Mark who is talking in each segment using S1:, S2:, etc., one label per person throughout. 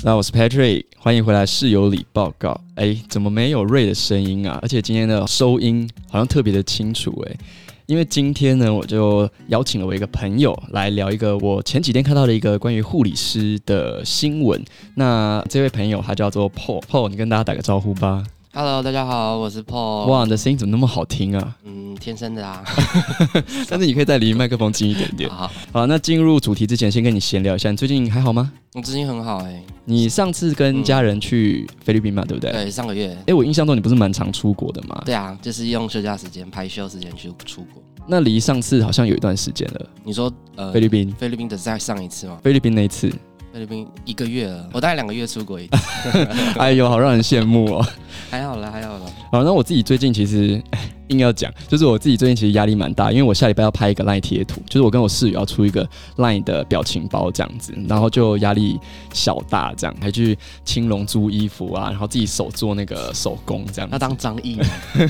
S1: 大家好，我是 Patrick，欢迎回来室友里报告。哎，怎么没有瑞的声音啊？而且今天的收音好像特别的清楚哎、因为今天呢，我就邀请了我一个朋友来聊一个我前几天看到的一个关于护理师的新闻。那这位朋友他叫做 Paul，Paul，你跟大家打个招呼吧。
S2: Hello，大家好，我是
S1: 嗯
S2: Paul。
S1: 哇，你的声音怎么那么好听啊？
S2: 嗯，天生的啊。
S1: 但是你可以再离麦克风近一点点。
S2: 好，
S1: 好，那进入主题之前，先跟你闲聊一下，你最近还好吗？
S2: 我最近很好哎、
S1: 你上次跟家人去菲律宾嘛，对不对？
S2: 对，上个月。
S1: 哎，我印象中你不是蛮常出国的吗？
S2: 对啊，就是用休假时间、排休时间去出国。
S1: 那离上次好像有一段时间了，
S2: 你说呃，
S1: 菲律宾，
S2: 菲律宾的再上一次吗？
S1: 菲律宾那一次，
S2: 菲律宾一个月了，我大概两个月 出国一次，
S1: 哎呦，好让人羡慕哦。
S2: 还好啦，还好啦。
S1: 好，那我自己最近其实 硬要讲，就是我自己最近其实压力蛮大，因为我下礼拜要拍一个 LINE 贴图，就是我跟我室友要出一个 LINE 的表情包这样子，然后就压力小大这样，还去青龙租衣服啊，然后自己手做那个手工这样
S2: 那
S1: 子。
S2: 当张 译吗？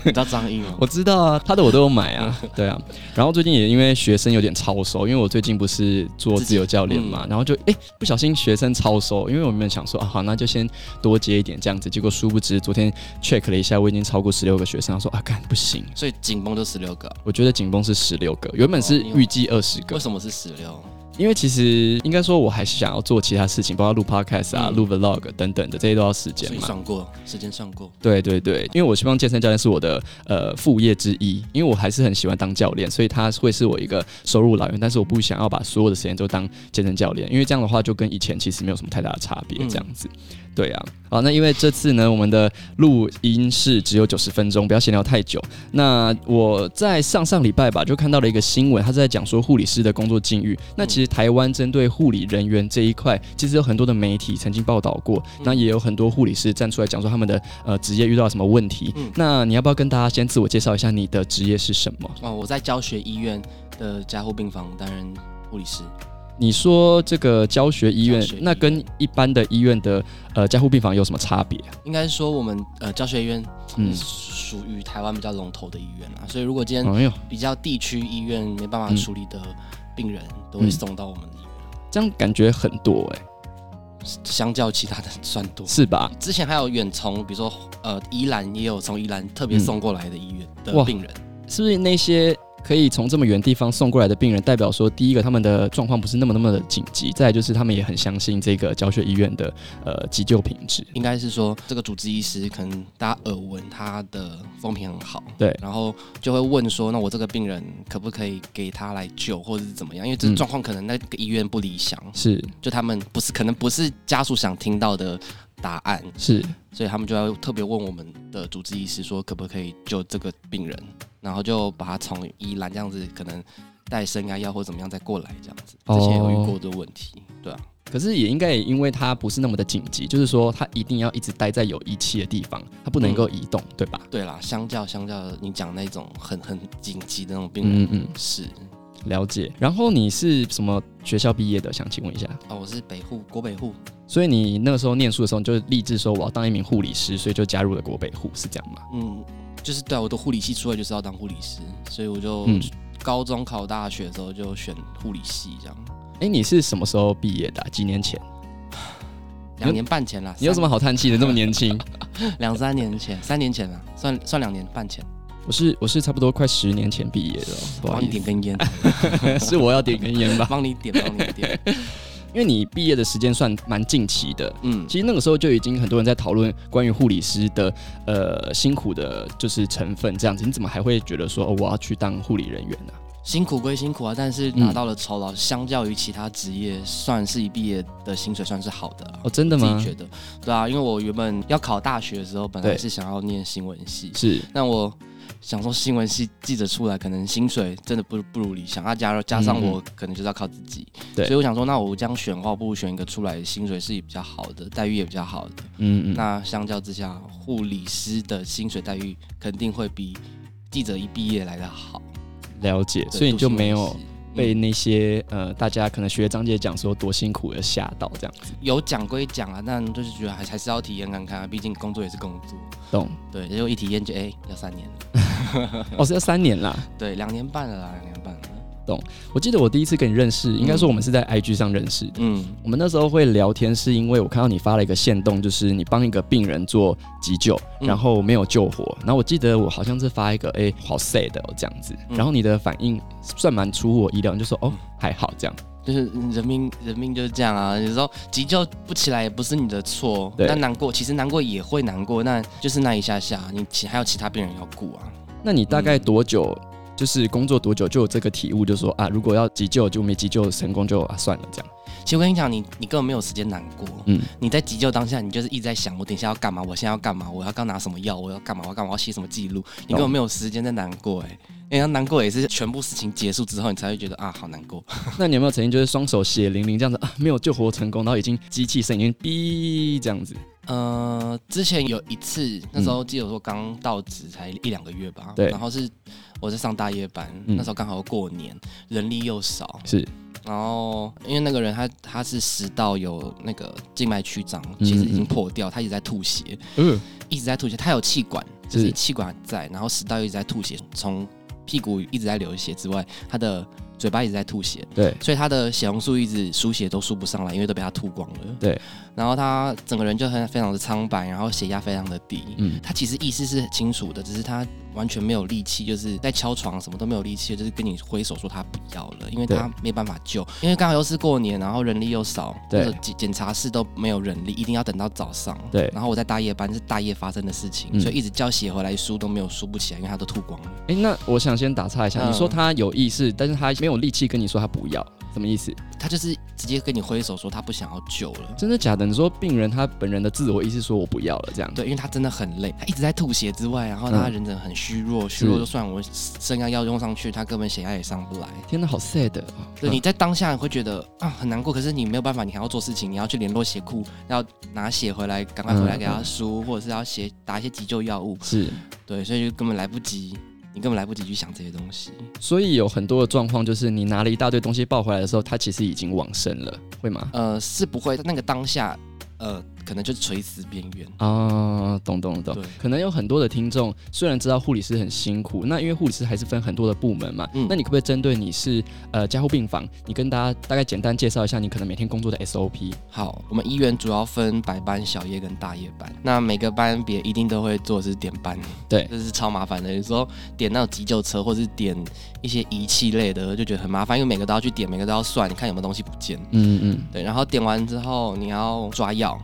S2: 你知道张译吗？
S1: 我知道啊，他的我都有买啊，对啊。然后最近也因为学生有点超收，因为我最近不是做自由教练嘛，然后就哎、诶不小心学生超收，因为我原本想说啊好，那就先多接一点这样子，结果殊不知昨天 check 了一下，我已经超过十六个学生，他说啊干不行，
S2: 所以紧绷就十六个，
S1: 我觉得紧绷是十六个，原本是预计二十个
S2: 为，什么是十六？
S1: 因为其实应该说我还是想要做其他事情，包括录 podcast 啊、
S2: 嗯
S1: 录 vlog 等等的，这些都要时间
S2: 所以
S1: 嘛。
S2: 算过，时间算过。
S1: 对对对，因为我希望健身教练是我的呃副业之一，因为我还是很喜欢当教练，所以他会是我一个收入来源。但是我不想要把所有的时间都当健身教练，因为这样的话就跟以前其实没有什么太大的差别。
S2: 嗯
S1: 这样子，对啊。好，那因为这次呢，我们的录音是只有九十分钟，不要闲聊太久。那我在上上礼拜吧，就看到了一个新闻，他是在讲说护理师的工作境遇。那其实台湾针对护理人员这一块，其实有很多的媒体曾经报道过，那也有很多护理师站出来讲说他们的呃职业遇到什么问题。
S2: 嗯
S1: 那你要不要跟大家先自我介绍一下你的职业是什么？
S2: 哦，我在教学医院的加护病房担任护理师。
S1: 你说这个教学医院，
S2: 教学医院
S1: 那跟一般的医院的呃加护病房有什么差别？
S2: 应该说我们呃教学医院
S1: 嗯
S2: 嗯属于台湾比较龙头的医院啊，所以如果今天
S1: 哎呦，
S2: 比较地区医院没办法
S1: 嗯
S2: 处理的病人，都会送到我们的医院。
S1: 这样感觉很多哎、
S2: 相较其他的算多，
S1: 是吧？
S2: 之前还有远从，比如说呃宜兰也有从宜兰特别
S1: 嗯
S2: 送过来的医院
S1: 哇
S2: 的病人，
S1: 是不是那些可以从这么远地方送过来的病人，代表说，第一个他们的状况不是那么那么的紧急，再来就是他们也很相信这个教学医院的呃急救品质。
S2: 应该是说这个主治医师可能大家耳闻他的风评很好，
S1: 对
S2: 然后就会问说，那我这个病人可不可以给他来救，或者是怎么样？因为这
S1: 嗯
S2: 状况可能那个医院不理想，
S1: 是
S2: 就他们不是可能不是家属想听到的答案，
S1: 是，
S2: 所以他们就要特别问我们的主治医师说，可不可以救这个病人，然后就把他从宜兰这样子可能带升压药或怎么样再过来这样子，
S1: 哦
S2: 之前有遇过这个问题，对啊，
S1: 可是也应该也因为他不是那么的紧急，就是说他一定要一直待在有仪器的地方，他不能够移动，对吧？
S2: 对啦，相较相较你讲那种很很紧急的那种病人、
S1: 嗯嗯，
S2: 是
S1: 了解。然后你是什么学校毕业的？想请问一下。
S2: 哦，我是北护国北护，
S1: 所以你那个时候念书的时候，你就立志说我哦要当一名护理师，所以就加入了国北护，是这样吗？
S2: 嗯，就是对啊、我的护理系出来就是要当护理师，所以我就。
S1: 嗯
S2: 高中考大学的时候就选护理系，这样
S1: 哎、你是什么时候毕业的啊、几年 前？
S2: 两年半前啦。
S1: 你有什么好叹气的？这么年轻？
S2: 三两三年前？三年前啦，啊算算两年半前。
S1: 我是我是差不多快十年前毕业的、哦，不好
S2: 帮你
S1: 意
S2: 点根烟，
S1: 思， 是啊我要点根烟吧？
S2: 帮你点，帮你点。
S1: 因为你毕业的时间算蛮近期的，
S2: 嗯，
S1: 其实那个时候就已经很多人在讨论关于护理师的呃辛苦的，就是成分这样子。你怎么还会觉得说、哦、我要去当护理人员啊呢、
S2: 辛苦归辛苦啊，但是拿到了酬劳，相较于其他职业，算是一毕业的薪水算是好的啊。
S1: 哦，真的
S2: 自
S1: 吗
S2: 己？觉得，对啊，因为我原本要考大学的时候，本来
S1: 对
S2: 是想要念新闻系，
S1: 是，
S2: 但我想说新闻系记者出来，可能薪水真的不不如理想，啊，加入加上
S1: 嗯
S2: 我可能就是要靠自己，
S1: 对
S2: 所以我想说，那我这样选的话，不如选一个出来薪水是比较好的，待遇也比较好的。
S1: 嗯嗯，
S2: 那相较之下，护理师的薪水待遇肯定会比记者一毕业来的好，
S1: 了解。
S2: 对
S1: 所以你就没有
S2: 读新闻系
S1: 被那些呃大家可能学长姐讲说多辛苦而吓到这样子，
S2: 有讲归讲啊，但就是觉得还还是要体验看看啊，毕竟工作也是工作。
S1: 懂？
S2: 对，结果一 体验就哎、要三年了，
S1: 哦，是要三年啦。
S2: 对，两年半了啦，两年半了。
S1: 动。我记得我第一次跟你认识，应该说我们是在 IG 上认识的。
S2: 嗯，
S1: 我们那时候会聊天，是因为我看到你发了一个线动，就是你帮一个病人做急救，
S2: 嗯
S1: 然后没有救活。然后我记得我好像是发一个，哎、好 sad 哦这样子。
S2: 嗯
S1: 然后你的反应算蛮出乎我意料，你就说哦还好这样。
S2: 就是人命，人命就是这样啊。有时候急救不起来也不是你的错，
S1: 对
S2: 那难过，其实难过也会难过，那就是那一下下，你其还有其他病人要顾啊。
S1: 那你大概多久？就是工作多久就有这个体悟，就说啊，如果要急救就没急救成功就啊算了这样。
S2: 其实我跟你讲，你你根本没有时间难过。
S1: 嗯
S2: 嗯，你在急救当下，你就是一直在想，我等一下要干嘛？我现在要干嘛？我要刚拿什么药？我要干嘛？我要干嘛？我要写什么记录？你根本没有时间在难过、哎，你要难过也是全部事情结束之后，你才会觉得啊，好难过。
S1: 那你有没有曾经就是双手血淋淋这样子啊，没有救活成功，然后已经机器声已经哔这样子？嗯
S2: 呃，之前有一次，那时候记得我说刚到职才一两个月吧，
S1: 对
S2: 然后是我在上大夜班，
S1: 嗯
S2: 那时候刚好过年，人力又少，
S1: 是
S2: 然后因为那个人他他是食道有那个静脉曲张，
S1: 嗯
S2: 其实已经破掉，他一直在吐血，
S1: 嗯，
S2: 一直在吐血，他有气管，就是
S1: 是
S2: 气管在，然后食道一直在吐血，从屁股一直在流血之外，他的嘴巴一直在吐血，
S1: 对，
S2: 所以他的血红素一直输血都输不上来，因为都被他吐光了。
S1: 对，
S2: 然后他整个人就很非常的苍白，然后血压非常的低。
S1: 嗯，
S2: 他其实意识是很清楚的，只是他完全没有力气，就是在敲床什么都没有力气，就是跟你挥手说他不要了，因为他没办法救，因为刚好又是过年，然后人力又少，
S1: 对
S2: 那个检检查室都没有人力，一定要等到早上。
S1: 对
S2: 然后我在大夜班是大夜发生的事情，
S1: 嗯
S2: 所以一直叫血回来输都没有输不起来，因为他都吐光了。
S1: 哎、那我想先打岔一下，
S2: 嗯
S1: 你说他有意识，但是他没有力气跟你说他不要，什么意思？
S2: 他就是直接跟你挥手说他不想要救了。
S1: 真的假的？你说病人他本人的自我意识说我不要了这样？
S2: 对，因为他真的很累，他一直在吐血之外，然后他
S1: 嗯
S2: 人真的很虚弱，虚弱就算我升压药用上去，他根本血压也上不来。
S1: 天哪，好 sad 哦。
S2: 对，
S1: 嗯
S2: 你在当下会觉得啊很难过，可是你没有办法，你还要做事情，你要去联络血库，要拿血回来，赶快回来给他输，或者是要写打一些急救药物。
S1: 嗯是，
S2: 对，所以就根本来不及，你根本来不及去想这些东西。
S1: 所以有很多的状况就是你拿了一大堆东西抱回来的时候，他其实已经往生了，会吗？
S2: 呃，是不会那个当下，呃，可能就是垂死边缘。
S1: 啊，懂懂懂
S2: 对。
S1: 可能有很多的听众虽然知道护理师很辛苦，那因为护理师还是分很多的部门嘛。
S2: 嗯
S1: 那你可不可以针对你是呃加护病房，你跟大家大概简单介绍一下你可能每天工作的 SOP？
S2: 好，我们医院主要分白班、小夜跟大夜班。那每个班别一定都会做的是点班，
S1: 对
S2: 这是超麻烦的。有时候点那种急救车，或是点一些仪器类的，就觉得很麻烦，因为每个都要去点，每个都要算，你看有没有东西不见。
S1: 嗯嗯，
S2: 对，然后点完之后你要抓药，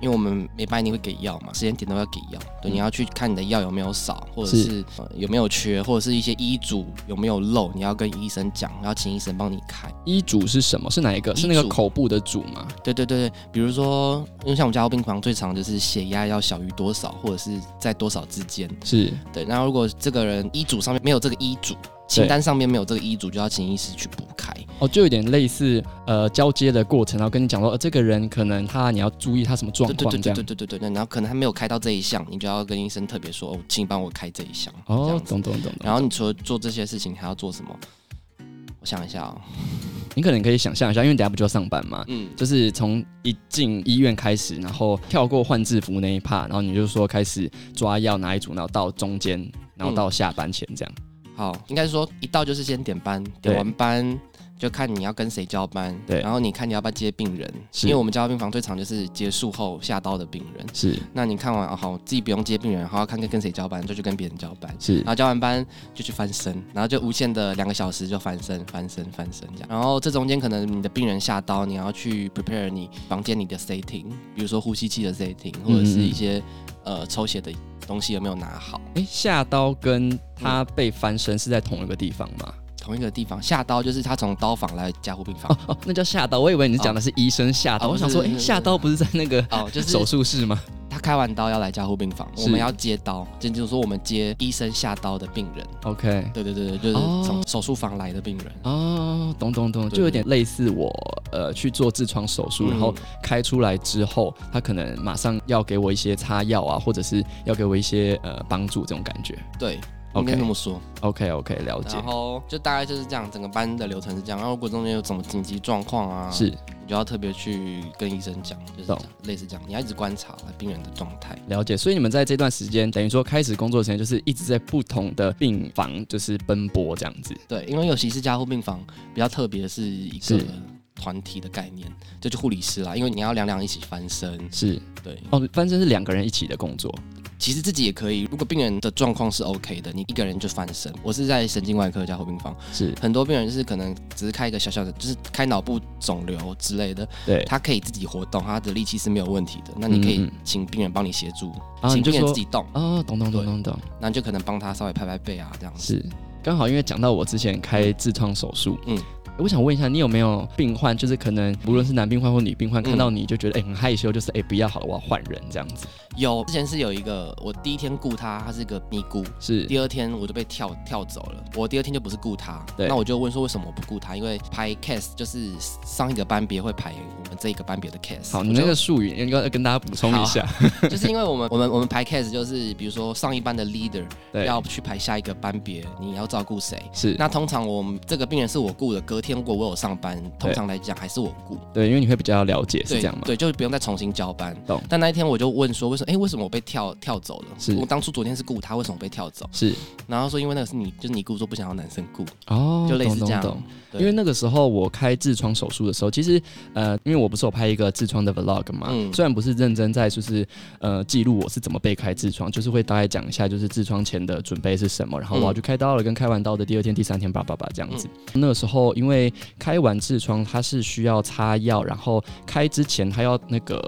S2: 因为我们每班一定会给药嘛，时间点都要给药。对，
S1: 嗯
S2: 你要去看你的药有没有少，或者
S1: 是
S2: 是呃有没有缺，或者是一些医嘱有没有漏，你要跟医生讲，然后请医生帮你开。
S1: 医嘱是什么？是哪一个？
S2: 医嘱
S1: 是那个口部的嘱吗？
S2: 对对对，对比如说，因为像我们家病房最常就是血压要小于多少，或者是在多少之间。
S1: 是
S2: 对，那如果这个人医嘱上面没有这个医嘱，清单上面没有这个医嘱，就要请医师去补开。
S1: 哦，就有点类似呃交接的过程，然后跟你讲说，呃，这个人可能他你要注意他什么状
S2: 对对
S1: 况
S2: 对
S1: 这
S2: 对
S1: 样
S2: 对。对对对对，然后可能他没有开到这一项，你就要跟医生特别说，哦，请帮我开这一项。这
S1: 哦
S2: 样，子
S1: 懂懂懂懂。
S2: 然后你除了做这些事情，还要做什么？我想一下哦，
S1: 你可能可以想象一下，因为你等下不就要上班嘛，
S2: 嗯，
S1: 就是从一进医院开始，然后跳过换制服那一趴，然后你就说开始抓药哪一组，然后到中间，然后到下班前这样。
S2: 好，应该说一到就是先点班，
S1: 对
S2: 点完班就看你要跟谁交班，
S1: 对
S2: 然后你看你要不要接病人，
S1: 是
S2: 因为我们交病房最常就是结束后下刀的病人。
S1: 是
S2: 那你看完哦，好，自己不用接病人，好好看看跟谁交班，就去跟别人交班，
S1: 是
S2: 然，后交完班就去翻身，然后就无限的两个小时就翻身、翻身、翻身这样。然后这中间可能你的病人下刀，你要去 prepare 你房间里的 setting，比如说呼吸器的 setting，或
S1: 嗯
S2: 者是一些呃抽血的东西有没有拿好。
S1: 哎，下刀跟他被翻身是在同一个地方吗？
S2: 同一个地方下刀，就是他从刀房来加护病房
S1: 哦。 哦，那叫下刀，我以为你讲的是医生下刀，
S2: 哦
S1: 我想说，
S2: 不是
S1: 哎，
S2: 不是
S1: 下刀不是在那个
S2: 哦，就 是
S1: 手术室吗？
S2: 他开完刀要来加护病房，
S1: 是
S2: 我们要接刀，这就是说我们接医生下刀的病人。
S1: OK，
S2: 对对对对，就是
S1: 哦
S2: 从手术房来的病人。
S1: 哦，懂懂懂，
S2: 对
S1: 就有点类似我呃去做痔疮手术，然后
S2: 嗯
S1: 开出来之后，他可能马上要给我一些擦药啊，或者是要给我一些呃帮助这种感觉。
S2: 对，应该
S1: OK
S2: 这么说。
S1: OK OK，了解
S2: 然，后就大概就是这样，整个班的流程是这样。然后如果中间有什么紧急状况啊，
S1: 是
S2: 你就要特别去跟医生讲，就是这
S1: 懂
S2: 样类似这样，你要一直观察病人的状态。
S1: 了解。所以你们在这段时间，等于说开始工作之前，就是一直在不同的病房就是奔波这样子。
S2: 对，因为有其是加护病房比较特别的是一
S1: 是
S2: 个团体的概念，这就护理师啦，因为你要两两一起翻身。
S1: 是
S2: 对，
S1: 哦，翻身是两个人一起的工作。
S2: 其实自己也可以，如果病人的状况是 OK 的，你一个人就翻身。我是在神经外科加护病房，
S1: 是
S2: 很多病人是可能只是开一个小小的，就是开脑部肿瘤之类的，
S1: 对，
S2: 他可以自己活动，他的力气是没有问题的。那你可
S1: 嗯嗯
S2: 以请病人帮你协助，
S1: 然后
S2: 请
S1: 你就
S2: 病人自
S1: 说
S2: 己动，
S1: 哦，懂懂懂
S2: 对
S1: 懂懂，
S2: 那你就可能帮他稍微拍拍背啊这样子。
S1: 是刚好因为讲到我之前开痔疮手术，嗯
S2: 嗯。
S1: 我想问一下，你有没有病患，就是可能无论是男病患或女病患，看
S2: 嗯
S1: 到你就觉得哎、很害羞，就是哎、不要好了，我要换人这样子，
S2: 有之前是有一个，我第一天雇他，他是一个尼姑，
S1: 是
S2: 第二天我就被跳跳走了，我第二天就不是雇他，
S1: 对
S2: 那我就问说为什么我不雇他？因为排 case 就是上一个班别会排我们这一个班别的 case。
S1: 好，
S2: 我
S1: 你那
S2: 就
S1: 个术语应该要跟大家补充一下，
S2: 就是因为我们我们我们排 case 就是比如说上一班的 leader
S1: 对，
S2: 要去排下一个班别，你要照顾谁？
S1: 是
S2: 那通常我们这个病人是我雇的，隔天如果我有上班，通常来讲还是我雇，
S1: 对，因为你会比较了解，是
S2: 对
S1: 这样吗？
S2: 对，就是不用再重新交班
S1: 懂。
S2: 但那一天我就问说，为什么？哎，为什么我被跳跳走了
S1: 是？
S2: 我当初昨天是雇他，为什么被跳走？
S1: 是
S2: 然后说因为那个是你，就是你雇说不想要男生雇，
S1: 哦，
S2: 就类似
S1: 懂
S2: 这样。
S1: 懂懂
S2: 对
S1: 因为那个时候我开痔疮手术的时候，其实呃，因为我不是有拍一个痔疮的 vlog 嘛，
S2: 嗯
S1: 虽然不是认真在就是呃记录我是怎么被开痔疮，就是会大概讲一下就是痔疮前的准备是什么，然后我要去开刀了，跟开完刀的第二天、第三天，叭叭叭这样子。
S2: 嗯
S1: 那个时候因为开完痔疮它是需要擦药，然后开之前它要那个。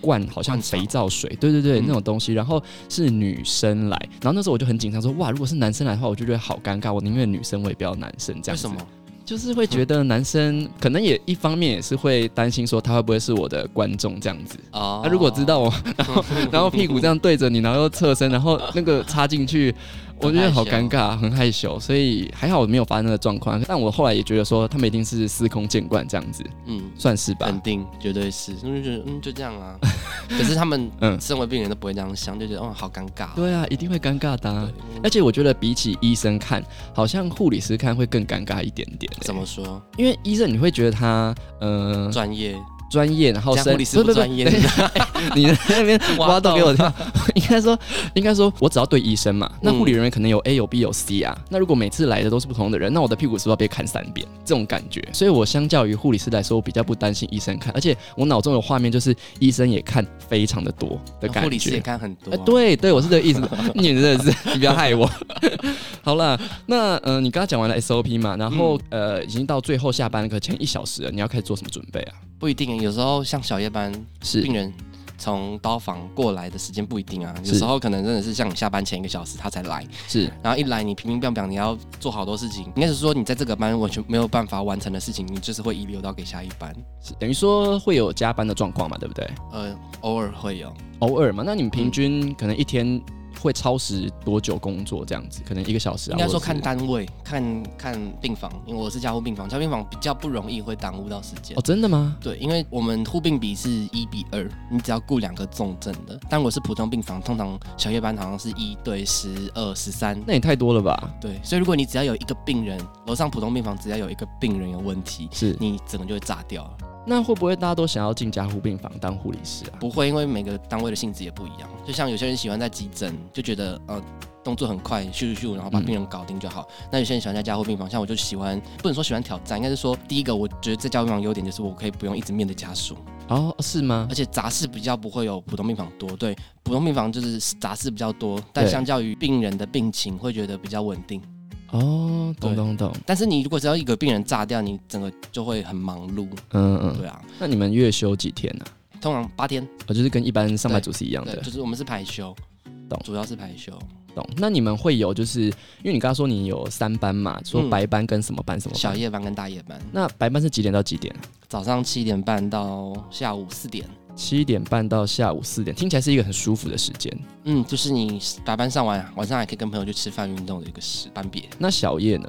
S1: 灌好像
S2: 灌肠
S1: 肥皂水，对对对，
S2: 嗯
S1: 那种东西，然后是女生来，然后那时候我就很紧张，说哇，如果是男生来的话，我就觉得好尴尬，我宁愿女生，我也不要男生这样子。
S2: 为什么？
S1: 就是会觉得男生可能也一方面也是会担心说他会不会是我的观众这样子。
S2: 哦
S1: 他、如果知道我， 然后然后屁股这样对着你，然后又侧身，然后那个插进 去，我觉得好尴尬，很害羞。所以还好没有发生那个状况。但我后来也觉得说他们一定是司空见惯这样子，
S2: 嗯，
S1: 算是吧
S2: 肯。定绝对是，我就觉得嗯就这样啊。 可是他们
S1: 嗯
S2: 身为病人都不会这样想，就觉得哦好嗯尴尬。
S1: 对啊，一定会尴尬的、啊。
S2: 对，
S1: 而且我觉得比起医生看，好像护理师看会更尴尬一点点、
S2: 怎么说
S1: 因为医生你会觉得他呃
S2: 专业？
S1: 专业，然后
S2: 这样
S1: 生
S2: 护理师不专业，
S1: 你在那边挖
S2: 挖
S1: 洞
S2: 洞
S1: 给我 跳，应该说，应该说，我只要对医生
S2: 嗯
S1: 嘛，那护理人员可能有 A 有 B 有 C 啊，那如果每次来的都是不同的人，那我的屁股是不是要被砍三遍？这种感觉，所以我相较于护理师来说，我比较不担心医生看，而且我脑中有画面就是医生也看非常的多的感觉，
S2: 护理师也看很多
S1: 哎，
S2: 啊。
S1: 对对，我是这个意思。你真的是， 你不要害我。好了，那嗯、呃你刚刚讲完了 SOP 嘛，然后、
S2: 嗯
S1: 呃，已经到最后下班可前一小时了，你要开始做什么准备啊？
S2: 不一定，有时候像小夜班
S1: 是
S2: 病人从刀房过来的时间不一定啊，
S1: 是
S2: 有时候可能真的是像你下班前一个小时他才来，
S1: 是
S2: 然后一来你平平平平你要做好多事情，应该是说你在这个班完全没有办法完成的事情，你就是会遗留到给下一班，
S1: 是，等于说会有加班的状况嘛，对不对？
S2: 呃，偶尔会有。
S1: 偶尔嘛，那你们平
S2: 嗯
S1: 均可能一天会超时多久工作这样子？可能一个小时啊？
S2: 应该说
S1: 或者是
S2: 看单位，看看病房，因为我是加护病房，加护病房比较不容易会耽误到时间。
S1: 哦，真的吗？
S2: 对，因为我们护病比是一比二，你只要顾两个重症的。但我是普通病房，通常小夜班好像是一对十二、十三。
S1: 那也太多了吧？
S2: 对，所以如果你只要有一个病人，楼上普通病房只要有一个病人有问题，
S1: 是，
S2: 你整个就会炸掉了。
S1: 那会不会大家都想要进加护病房当护理师啊？
S2: 不会，因为每个单位的性质也不一样。就像有些人喜欢在急诊，就觉得呃动作很快，咻咻咻，然后把
S1: 嗯
S2: 病人搞定就好。那有些人喜欢在加护病房，像我就喜欢，不能说喜欢挑战，应该是说第一个，我觉得在加护病房优点就是我可以不用一直面对家属，
S1: 哦，是吗
S2: 而？且杂事比较不会有普通病房多。对，普通病房就是杂事比较多，但
S1: 对
S2: 相较于病人的病情会觉得比较稳定。
S1: 哦，懂
S2: 对
S1: 懂懂，
S2: 但是你如果只要一个病人炸掉，你整个就会很忙碌。
S1: 嗯嗯。
S2: 对啊，
S1: 那你们月休几天呢、啊？
S2: 通常八天，
S1: 哦，就是跟一般上班族是一样
S2: 对，
S1: 的，
S2: 就是我们是排休
S1: 懂，
S2: 主要是排休。
S1: 懂？那你们会有就是，因为你刚刚说你有三班嘛，说
S2: 嗯
S1: 白班跟什么班什么
S2: 小
S1: 班？
S2: 夜班跟大夜班，
S1: 那白班是几点到几点啊？
S2: 早上七点半到下午四点。
S1: 七点半到下午四点，听起来是一个很舒服的时间。
S2: 嗯，就是你白班上完，晚上还可以跟朋友去吃饭、运动的一个时班别。
S1: 那小夜呢？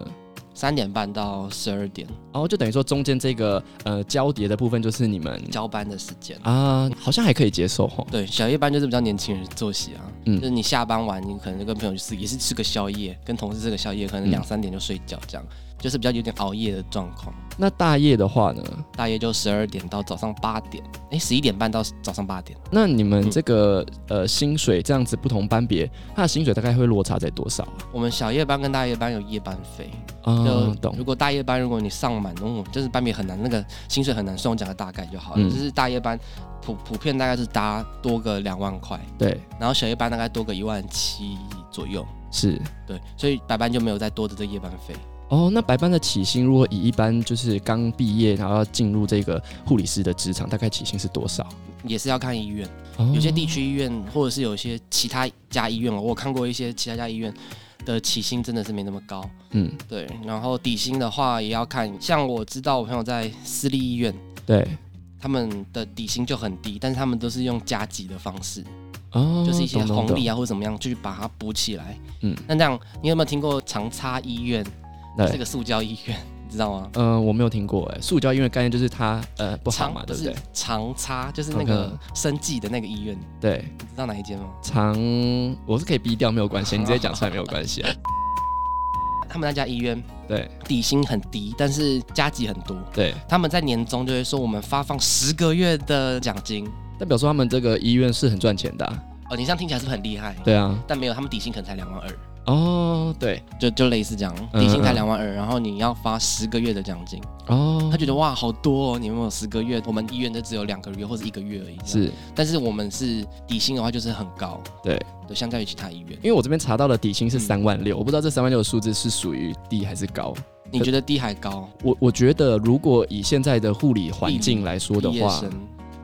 S2: 三点半到十二点
S1: 哦，就等于说中间这个呃交叠的部分就是你们
S2: 交班的时间。
S1: 啊，好像还可以接受哈。
S2: 对，小夜班就是比较年轻人作息啊，
S1: 嗯
S2: 就是你下班晚，你可能就跟朋友去吃，也是吃个宵夜，跟同事吃个宵夜，可能两三点就睡觉，这样、就是比较有点熬夜的状况。
S1: 那大夜的话呢？
S2: 大约就十二点到早上八点，哎，十一点半到早上八点。
S1: 那你们这个、
S2: 嗯
S1: 呃薪水这样子不同班别，他的薪水大概会落差在多少啊？
S2: 我们小夜班跟大夜班有夜班费，
S1: 啊
S2: 就，
S1: 懂
S2: 如果大夜班，如果你上满，哦，就是班别很难，那个薪水很难算，我讲个大概就好了。
S1: 嗯
S2: 就是大夜班普普遍大概是搭多个两万块，
S1: 对
S2: 然后小夜班大概多个一万七左右。
S1: 是。
S2: 对，所以白班就没有再多的这夜班费。
S1: 哦，那白班的起薪，如果以一般就是刚毕业，然后要进入这个护理师的职场，大概起薪是多少？
S2: 也是要看医院，
S1: 哦
S2: 有些地区医院或者是有些其他家医院哦，我有看过一些其他家医院的起薪真的是没那么高。
S1: 嗯，
S2: 对，然后底薪的话也要看，像我知道我朋友在私立医院，
S1: 对，
S2: 他们的底薪就很低，但是他们都是用加急的方式，
S1: 哦，
S2: 就是一些
S1: 懂懂
S2: 红
S1: 懂
S2: 利啊或者怎么样去把它补起来。
S1: 嗯
S2: 嗯，那这样你有没有听过长差医院？
S1: 对
S2: 是个塑胶医院，你知道吗？
S1: 呃，我没有听过哎，塑胶因为概念就是它呃不好
S2: 长
S1: 嘛，
S2: 就
S1: 对不
S2: 是
S1: 对？嗯
S2: 长差，就是那个生计的那个医院，你
S1: 对，
S2: 知道哪一间吗？
S1: 长我是可以逼掉没有关系，你直接讲出来没有关 系啊。
S2: 他们那家医院
S1: 对
S2: 底薪很低，但是加急很多。
S1: 对，
S2: 他们在年终就会说我们发放十个月的奖金。
S1: 代表说他们这个医院是很赚钱的啊、
S2: 哦，你这样听起来是不是很厉害？
S1: 对啊，
S2: 但没有，他们底薪可能才两万二，
S1: 哦对，
S2: 就就类似这样，
S1: 嗯
S2: 底薪才两万二，然后你要发十个月的奖金，
S1: 哦
S2: 他觉得哇好多哦，你们有十个月，我们医院就只有两个月或者一个月而已。这样，
S1: 是
S2: 但是我们是底薪的话就是很高，
S1: 对，
S2: 对，相较于其他医院，
S1: 因为我这边查到的底薪是三万六、我不知道这三万六的数字是属于低还是高。
S2: 你觉得低还高？
S1: 我我觉得，如果以现在的护理环境来说的
S2: 毕业
S1: 话，
S2: 生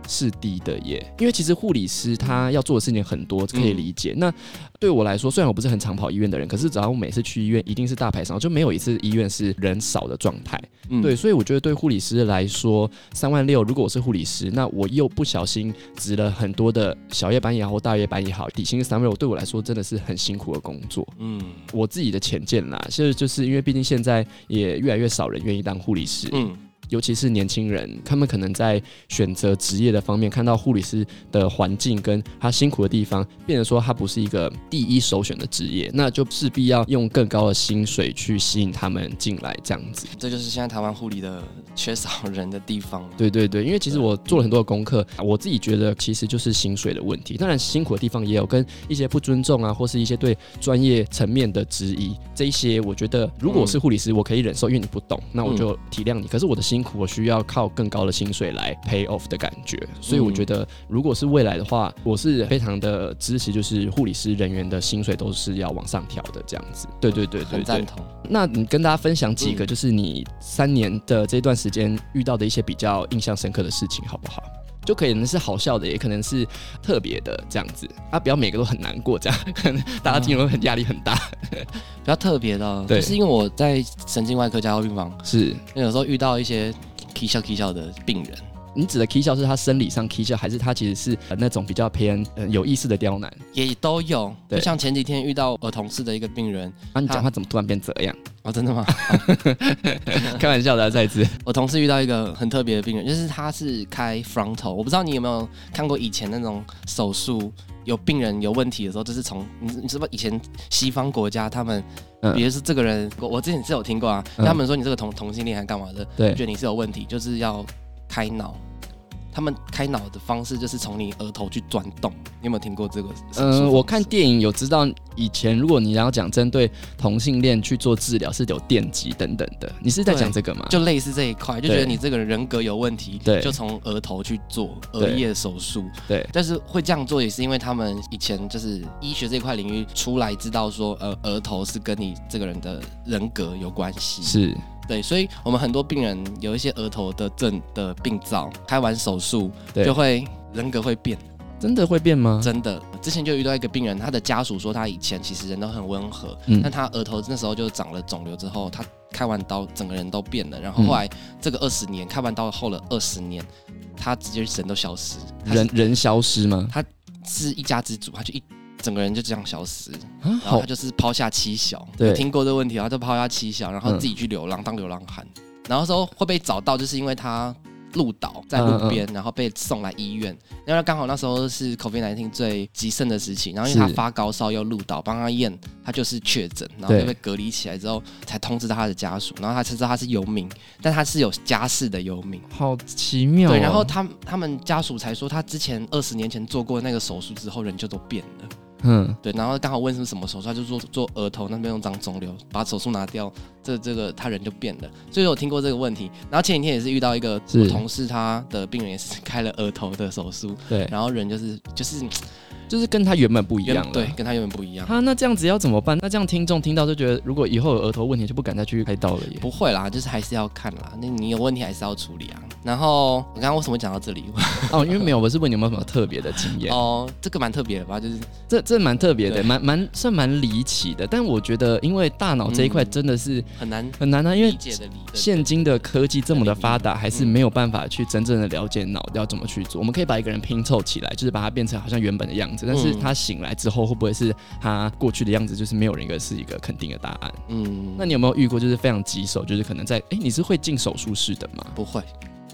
S1: 是低的耶。因为其实护理师他要做的事情很多，可以理解。那对我来说，虽然我不是很常跑医院的人，可是只要我每次去医院，一定是大排长，就没有一次医院是人少的状态。
S2: 嗯
S1: 对，，所以我觉得对护理师来说，三万六，如果我是护理师，那我又不小心值了很多的小夜班也好，或大夜班也好，底薪三万六，对我来说真的是很辛苦的工作。
S2: 嗯
S1: 我自己的浅见啦，其实就是因为毕竟现在也越来越少人愿意当护理师，
S2: 嗯，
S1: 尤其是年轻人，他们可能在选择职业的方面，看到护理师的环境跟他辛苦的地方，变成说他不是一个第一首选的职业，那就势必要用更高的薪水去吸引他们进来，这样子。
S2: 这就是现在台湾护理的缺少人的地方。
S1: 对对对，因为其实我做了很多的功课，我自己觉得其实就是薪水的问题。当然，辛苦的地方也有跟一些不尊重啊，或是一些对专业层面的质疑，这一些我觉得如果
S2: 嗯
S1: 我是护理师，我可以忍受，因为你不懂，那我就体谅你。可是我的辛苦，我需要靠更高的薪水来 pay off 的感觉。所以
S2: 嗯
S1: 我觉得，如果是未来的话，我是非常的支持，就是护理师人员的薪水都是要往上调的，这样子。对对对对
S2: 很
S1: 对
S2: 赞。同。
S1: 那你跟大家分享几个，
S2: 嗯
S1: 就是你三年的这段时间遇到的一些比较印象深刻的事情，好不好？就可能是好笑的，也可能是特别的这样子啊，不要每个都很难过，这样 可能大家听了会很压力很大。
S2: 比较特别的，哦
S1: 对
S2: 就是因为我在神经外科加护病房，
S1: 是
S2: 那有时候遇到一些 k 笑 k 笑的病人，
S1: 你指的 K 笑是他生理上 K 笑，还是他其实是呃那种比较偏呃有意识的刁难？
S2: 也都有。
S1: 对
S2: 就像前几天遇到我同事的一个病人，
S1: 啊，你讲话怎么突然变这样？
S2: 哦，真的吗？
S1: 开玩笑的、啊，再一次。
S2: 我同事遇到一个很特别的病人，就是他是开 frontal，我不知道你有没有看过以前那种手术。有病人有问题的时候，就是从你你知不知道以前西方国家他们，
S1: 嗯
S2: 比如是这个人，我我之前是有听过啊，
S1: 嗯
S2: 他们说你这个同同性恋还干嘛的，
S1: 对
S2: 觉得你是有问题，就是要开脑。他们开脑的方式就是从你额头去钻洞，你有没有听过这个手术方式？
S1: 嗯，我看电影有知道，以前如果你要讲针对同性恋去做治疗，是有电击等等的。你是在
S2: 对
S1: 讲这个吗？
S2: 就类似这一块，就觉得
S1: 对
S2: 你这个人人格有问题，
S1: 对
S2: 就从额头去做额
S1: 对
S2: 叶手术。
S1: 对
S2: 但是会这样做也是因为他们以前就是医学这块领域出来知道说，呃，额头是跟你这个人的人格有关系。
S1: 是
S2: 对，所以我们很多病人有一些额头的症的病灶，开完手术
S1: 对
S2: 就会人格会变。
S1: 真的会变吗？
S2: 真的，之前就遇到一个病人，他的家属说他以前其实人都很温和，
S1: 嗯
S2: 但他额头那时候就长了肿瘤之后，他开完刀整个人都变了，然后后来这个二十年开完刀后了二十年，他直接人都消失，他是
S1: 人人消失吗？
S2: 是一家之主，他就一。整个人就这样消失，
S1: 啊，
S2: 然后
S1: 好
S2: 他，就是抛下妻小，
S1: 对
S2: 有听过这个问题，然后就抛下妻小，然后
S1: 嗯
S2: 自己去流浪、当流浪汉，然后说会被找到，就是因为他路倒在路
S1: 嗯
S2: 边，然后被送来医院，因为刚好那时候是 COVID 1 9最极盛的时期，然后因为他
S1: 是
S2: 发高烧又路倒，帮他验他就是确诊，然后
S1: 对
S2: 就被隔离起来之后才通知到他的家属，然后他才知道他是游民，但他是有家室的游民。
S1: 好奇妙哦、
S2: 对，然后他他们家属才说，他之前二十年前做过那个手术之后，人就都变了。
S1: 嗯，
S2: 对，然后刚好问是什么手术，他就做做额头那边有长肿瘤，把手术拿掉，这这个他人就变了。所以我听过这个问题。然后前几天也是遇到一个
S1: 是
S2: 我同事，他的病人也是开了额头的手术，
S1: 对，
S2: 然后人就是就是
S1: 就是跟他原本不一样
S2: 原
S1: 了。
S2: 对，跟他原本不一样。
S1: 啊，那这样子要怎么办？那这样听众听到就觉得，如果以后有额头问题，就不敢再去开刀了耶。
S2: 不会啦，就是还是要看啦。那你有问题还是要处理啊。然后我刚刚为什么讲到这里？
S1: 哦，因为没有，我是问你有没有什么特别的经验。
S2: 哦，这个蛮特别的吧？就是
S1: 这这蛮特别的，
S2: 对
S1: 蛮蛮算蛮离奇的。但我觉得，因为大脑这一块真的是
S2: 很难
S1: 很难啊，因
S2: 嗯理
S1: 为
S2: 解的理解。
S1: 现今的科技这么的发达，还是没有办法去真正的了解脑要怎么去做。我们可以把一个人拼凑起来，就是把它变成好像原本的样子，但是
S2: 嗯
S1: 他醒来之后会不会是他过去的样子？就是没有人一个是一个肯定的答案。
S2: 嗯，
S1: 那你有没有遇过就是非常棘手，就是可能在哎你是会进手术室的吗？
S2: 不会，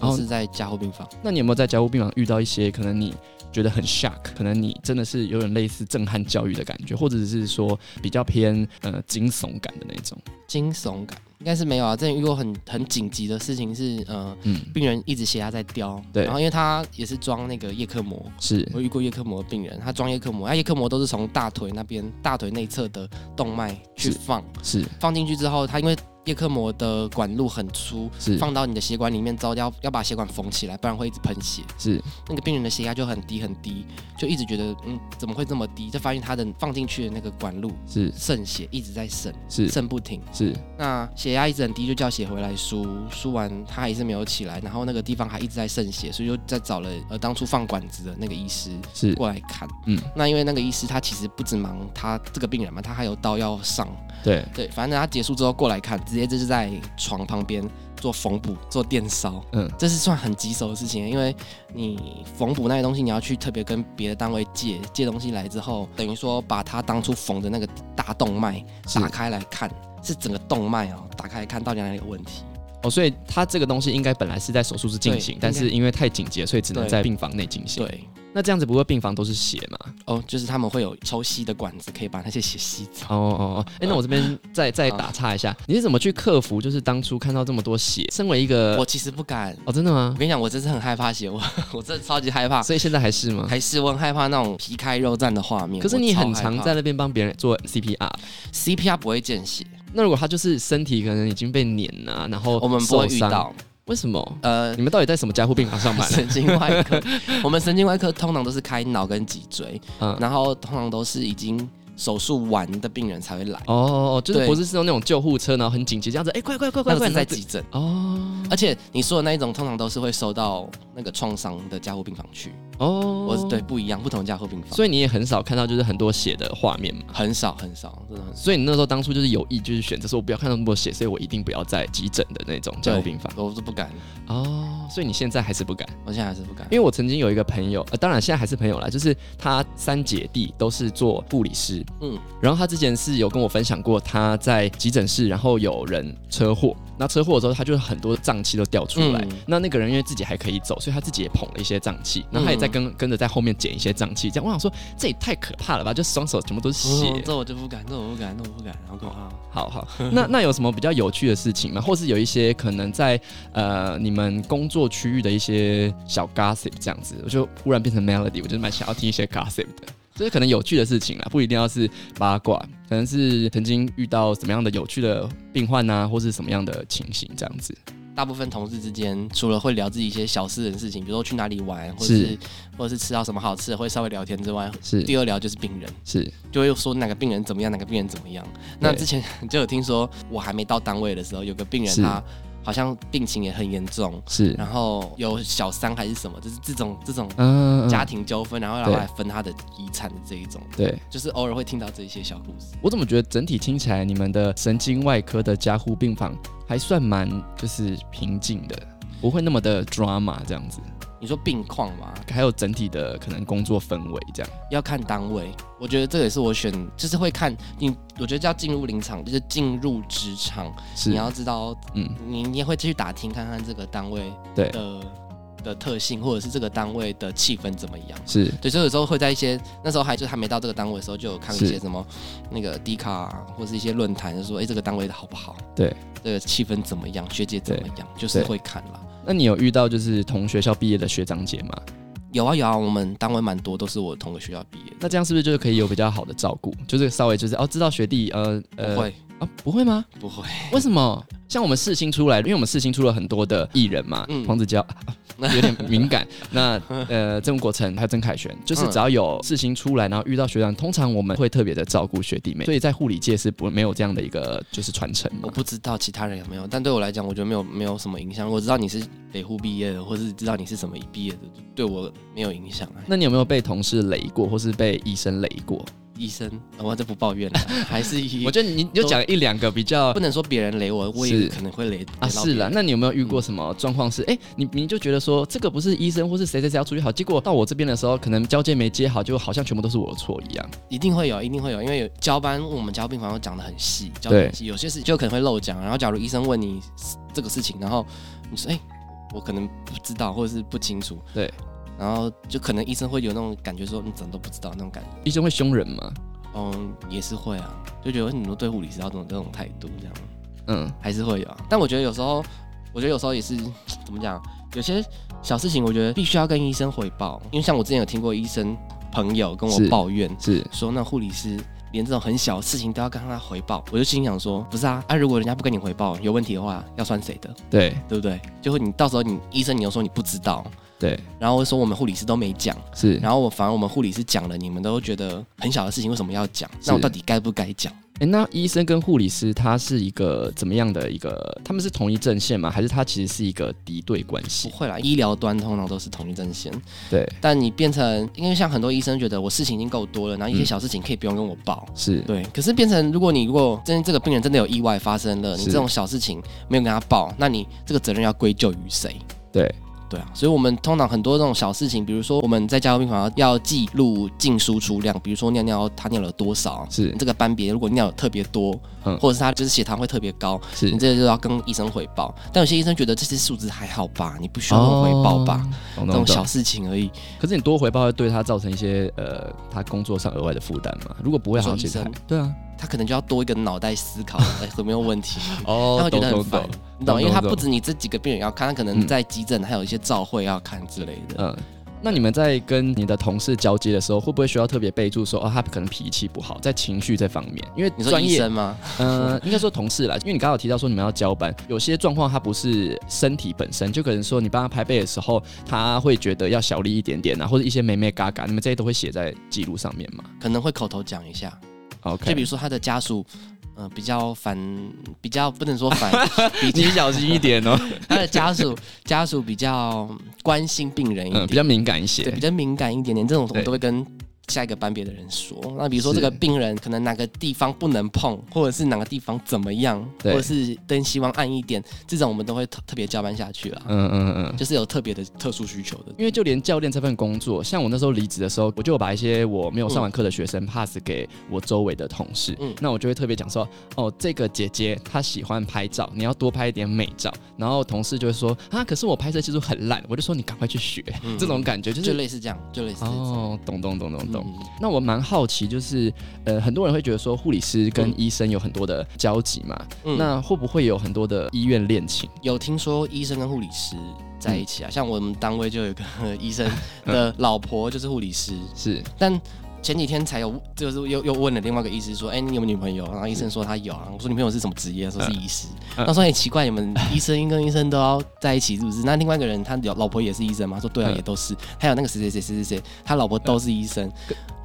S1: 哦
S2: 我是在加护病房。
S1: 那你有没有在家务病房遇到一些可能你觉得很 shock，可能你真的是有点类似震撼教育的感觉，或者是说比较偏呃惊悚感的那种？
S2: 惊悚感，应该是没有啊。之前遇过很很紧急的事情是，呃，
S1: 嗯，
S2: 病人一直血压在飙，
S1: 对
S2: 然后因为他也是装那个叶克膜，
S1: 是
S2: 我遇过叶克膜的病人，他装叶克膜，他叶克膜都是从大腿那边大腿内侧的动脉去
S1: 是
S2: 放，
S1: 是
S2: 放进去之后，他因为叶克膜的管路很粗。
S1: 是
S2: 放到你的血管里面之后，要要把血管缝起来，不然会一直喷血。
S1: 是
S2: 那个病人的血压就很低很低，就一直觉得嗯怎么会这么低？就发现他的放进去的那个管路
S1: 是
S2: 渗血一直在渗，
S1: 是
S2: 渗不停。
S1: 是
S2: 那血压一直很低，就叫血回来输，输完他还是没有起来，然后那个地方还一直在渗血，所以就再找了呃当初放管子的那个医师
S1: 是
S2: 过来看。
S1: 嗯，
S2: 那因为那个医师他其实不止忙他这个病人嘛，他还有刀要上，
S1: 对
S2: 对，反正他结束之后过来看，直接就是在床旁边做缝补、做电烧，
S1: 嗯
S2: 这是算很棘手的事情，因为你缝补那些东西，你要去特别跟别的单位借借东西来之后，等于说把他当初缝的那个大动脉
S1: 是
S2: 打开来看，是整个动脉哦，打开来看到底哪里有问题。
S1: 哦，所以他这个东西应该本来是在手术室进行
S2: 对，
S1: 但是因为太紧急了，所以只能
S2: 对
S1: 在病房内进行。
S2: 对，
S1: 那这样子不会病房都是血嘛？
S2: 哦，就是他们会有抽吸的管子，可以把那些血吸走。
S1: 哦哦哦，哎、那我这边再再打岔一下，你是怎么去克服？就是当初看到这么多血，身为一个
S2: 我其实不敢，
S1: 哦，真的吗
S2: 我？跟你讲，我真是很害怕血，我 我真的超级害怕，
S1: 所以现在还是吗？
S2: 还是我很害怕那种皮开肉绽的画面。
S1: 可是
S2: 我
S1: 你
S2: 超
S1: 很
S2: 害
S1: 常
S2: 怕
S1: 在那边帮别人做 CPR，
S2: CPR 不会见血，
S1: 那如果他就是身体可能已经被碾啊，然后
S2: 我们不会
S1: 受
S2: 遇
S1: 伤，
S2: 到，
S1: 为什么？
S2: 呃。
S1: 你们到底在什么加护病房上 班？啊
S2: 神经外科，我们神经外科通常都是开脑跟脊椎，
S1: 嗯，
S2: 然后通常都是已经手术完的病人才会来，
S1: 哦哦，哦就是
S2: 对
S1: 不是是用那种救护车，然后很紧急这样子，哎、快快快快
S2: 那
S1: 快，
S2: 个是在
S1: 然后就
S2: 急诊。
S1: 哦
S2: 而且你说的那一种，通常都是会收到那个创伤的加护病房去，
S1: 哦，
S2: 我是对，不一样，不同的加护病房，
S1: 所以你也很少看到就是很多血的画面嘛。
S2: 很少很少，真的很少。
S1: 所以你那时候当初就是有意，就是选择说我不要看到那么多血，所以我一定不要在急诊的那种加护病房。
S2: 我都不敢，
S1: 哦，所以你现在还是不敢。
S2: 我现在还是不敢
S1: 因。为我曾经有一个朋友，呃，当然现在还是朋友啦，就是他三姐弟都是做护理师，嗯
S2: 嗯，
S1: 然后他之前是有跟我分享过，他在急诊室，然后有人车祸，那车祸的时候他就是很多脏器都掉出来，
S2: 嗯
S1: 那那个人因为自己还可以走，所以他自己也捧了一些脏器，然后他也在跟、
S2: 嗯
S1: 跟着在后面捡一些脏器，这样我想说这也太可怕了吧，就双手全部都是血，
S2: 嗯这我就不敢，这我不敢，这我不敢，好可怕。
S1: 好好， 那那有什么比较有趣的事情吗？或是有一些可能在呃你们工作区域的一些小 gossip 这样子？我就忽然变成 melody，我就蛮想要听一些 gossip 的，就是可能有趣的事情啦，不一定要是八卦，可能是曾经遇到什么样的有趣的病患啊，或是什么样的情形这样子。
S2: 大部分同事之间，除了会聊自己一些小私人事情，比如说去哪里玩，或者
S1: 是
S2: 是或者是吃到什么好吃的，会稍微聊天之外，
S1: 是
S2: 第二聊就是病人，
S1: 是
S2: 就会说哪个病人怎么样，哪个病人怎么样。那之前 就有听说，我还没到单位的时候，有个病人
S1: 是
S2: 他好像病情也很严重，
S1: 是，
S2: 然后有小三还是什么，就是这种这种
S1: 嗯
S2: 家庭纠纷，然后要
S1: 对
S2: 来分他的遗产的这一种，
S1: 对。
S2: 就是偶尔会听到这一些小故事。
S1: 我怎么觉得整体听起来，你们的神经外科的加护病房还算蛮就是平静的，不会那么的 drama 这样子。
S2: 你说病况嘛，
S1: 还有整体的可能工作氛围这样。
S2: 要看单位。我觉得这也是我选，就是会看你，我觉得叫进入临场，就是进入职场，
S1: 是，
S2: 你要知道，
S1: 嗯
S2: 你你也会去打听看看这个单位
S1: 对
S2: 的的特性，或者是这个单位的气氛怎么样。
S1: 是
S2: 对，所以有时候会在一些那时候还就还没到这个单位的时候，就有看一
S1: 是
S2: 些什么那个 D 卡、啊、或是一些论坛，就说哎、诶这个单位的好不好？
S1: 对，
S2: 这个气氛怎么样？学姐怎么样？就是
S1: 对
S2: 会看啦。
S1: 那你有遇到就是同学校毕业的学长姐吗？
S2: 有啊有啊，我们单位蛮多都是我同个学校毕业的。
S1: 那这样是不是就是可以有比较好的照顾？就是稍微就是哦，知道学弟呃呃
S2: 不会
S1: 啊不会吗？
S2: 不会，
S1: 为什么？像我们世新出来，因为我们世新出了很多的艺人嘛，
S2: 嗯
S1: 黄子佼、 啊有点敏感。那呃，郑国成还有郑凯旋，就是只要有世新出来，然后遇到学长，通常我们会特别的照顾学弟妹，所以在护理界是不没有这样的一个就是传承嘛
S2: 我不知道其他人有没有，但对我来讲，我觉得没有没有什么影响。我知道你是北护毕业的，或是知道你是什么毕业的，对我没有影响、哎
S1: 那你有没有被同事雷过，或是被医生雷过？
S2: 医生，呃我这不抱怨了， 还是以
S1: 我觉得你你就讲一两个比较
S2: 不能说别人雷我，我
S1: 是
S2: 也可能会雷
S1: 啊，是
S2: 了
S1: 啦，，那你有没有遇过什么状况是，哎、你你就觉得说这个不是医生或是谁谁谁要出去好，结果到我这边的时候，可能交接没接好，就好像全部都是我的错一样。
S2: 一定会有，一定会有，因为有交班，我们交病房都讲的很细，交得很细，有些事就可能会漏讲。然后，假如医生问你这个事情，然后你说：“哎、我可能不知道，或者是不清楚。”
S1: 对，
S2: 然后就可能医生会有那种感觉说，你怎么都不知道那种感觉。
S1: 医生会凶人吗？
S2: 嗯，也是会啊，就觉得你们对护理师要这种这种态度，这样
S1: 嗯，
S2: 还是会有、啊。但我觉得有时候，我觉得有时候也是怎么讲，有些小事情，我觉得必须要跟医生汇报，因为像我之前有听过医生朋友跟
S1: 是
S2: 我抱怨，
S1: 是
S2: 说那护理师连这种很小的事情都要跟他回报，我就心想说，不是啊，啊如果人家不跟你回报，有问题的话要算谁的，
S1: 对
S2: 对不对？就会你到时候你医生你又说你不知道，
S1: 对
S2: 然后说我们护理师都没讲，
S1: 是。
S2: 然后我反而我们护理师讲了，你们都觉得很小的事情为什么要讲？
S1: 是
S2: 那我到底该不该讲？
S1: 哎、那医生跟护理师他是一个怎么样的一个？他们是同一阵线吗？还是他其实是一个敌对关
S2: 不
S1: 系？
S2: 会啦，医疗端通常都是同一阵线，
S1: 对，
S2: 但你变成因为像很多医生觉得我事情已经够多了，然后一些
S1: 嗯
S2: 小事情可以不用跟我报。
S1: 是
S2: 对，可是变成如果你如果真这个病人真的有意外发生了，你
S1: 是
S2: 这种小事情没有跟他报，那你这个责任要归咎于谁？
S1: 对
S2: 对啊，所以我们通常很多这种小事情，比如说我们在加护病房要记录进输出量，比如说尿尿他尿了多少，
S1: 是
S2: 这个班别如果尿有特别多，
S1: 嗯
S2: 或者是他就是血糖会特别高，
S1: 是
S2: 你这个就要跟医生汇报。但有些医生觉得这些数值还好吧，你不需要跟我汇报吧，？
S1: 哦懂
S2: 这
S1: 懂
S2: 种
S1: 懂
S2: 小。事情而已。
S1: 可是你多回报会对他造成一些呃，他工作上额外的负担嘛？如果不会，好像其实还
S2: 说医
S1: 对啊。
S2: 他可能就要多一个脑袋思 考，哎，有没有问题？
S1: 哦
S2: 他会觉得
S1: 懂
S2: 很
S1: 懂
S2: 烦
S1: 懂，
S2: 你懂？因为
S1: 懂
S2: 他
S1: 懂
S2: 不止你这几个病人要看，他可能
S1: 嗯
S2: 在急诊还有一些照会要看之类的。
S1: 嗯，那你们在跟你的同事交接的时候，会不会需要特别备注说，哦，他可能脾气不好，在情绪这方面？因为
S2: 你说
S1: 专
S2: 医
S1: 业，
S2: 生吗？
S1: 呃，应该说同事啦，因为你刚好提到说你们要交班，有些状况他不是身体本身，就可能说你帮他拍背的时候，他会觉得要小力一点点啊，或者一些美美嘎嘎，你们这些都会写在记录上面嘛
S2: 可能会口头讲一下，
S1: ？OK，
S2: 就比如说他的家属，嗯，比较烦，比较不能说烦，比
S1: 你
S2: 较
S1: 小心一点 哦，
S2: 他的家属家属比较关心病人一
S1: 嗯，比
S2: 点，
S1: 较敏感一
S2: 对，
S1: 些
S2: 比，较敏感一点点，这种我
S1: 对
S2: 都会跟。下一个班别的人说，那比如说
S1: 是
S2: 这个病人可能哪个地方不能碰，或者是哪个地方怎么样，
S1: 对
S2: 或者是灯希望暗一点，这种我们都会特特别交班下去啦。
S1: 嗯嗯嗯。
S2: 就是有特别的特殊需求的。
S1: 因为就连教练这份工作，像我那时候离职的时候，我就有把一些我没有上完课的学生 pass 给我周围的同事，
S2: 嗯
S1: 那我就会特别讲说，哦，这个姐姐她喜欢拍照，你要多拍一点美照。然后同事就会说，啊，可是我拍摄技术很烂，我就说你赶快去学，
S2: 嗯
S1: 这种感觉就。
S2: 就是类似这样，就类似这种。
S1: 哦，懂懂懂懂懂。
S2: 嗯
S1: 那我蛮好奇，就是呃，很多人会觉得说护理师跟
S2: 嗯
S1: 医生有很多的交集嘛，
S2: 嗯
S1: 那会不会有很多的医院恋情？
S2: 有听说医生跟护理师在一起
S1: 嗯
S2: 啊？像我们单位就有一个 医生 的老婆就是护理师，
S1: 是
S2: 但前几天才有，就是又又问了另外一个医师说：“哎、你有没有女朋友？”然后医生说他有啊。我说女朋友是什么职业？他说是医师。
S1: 嗯
S2: 他说：“很、哎奇怪，你们医生跟医生都要在一起是不是？”那另外一个人他老老婆也是医生吗？他说：“对啊，
S1: 嗯
S2: 也都是。”还有那个谁谁谁谁谁谁，他老婆都是医生。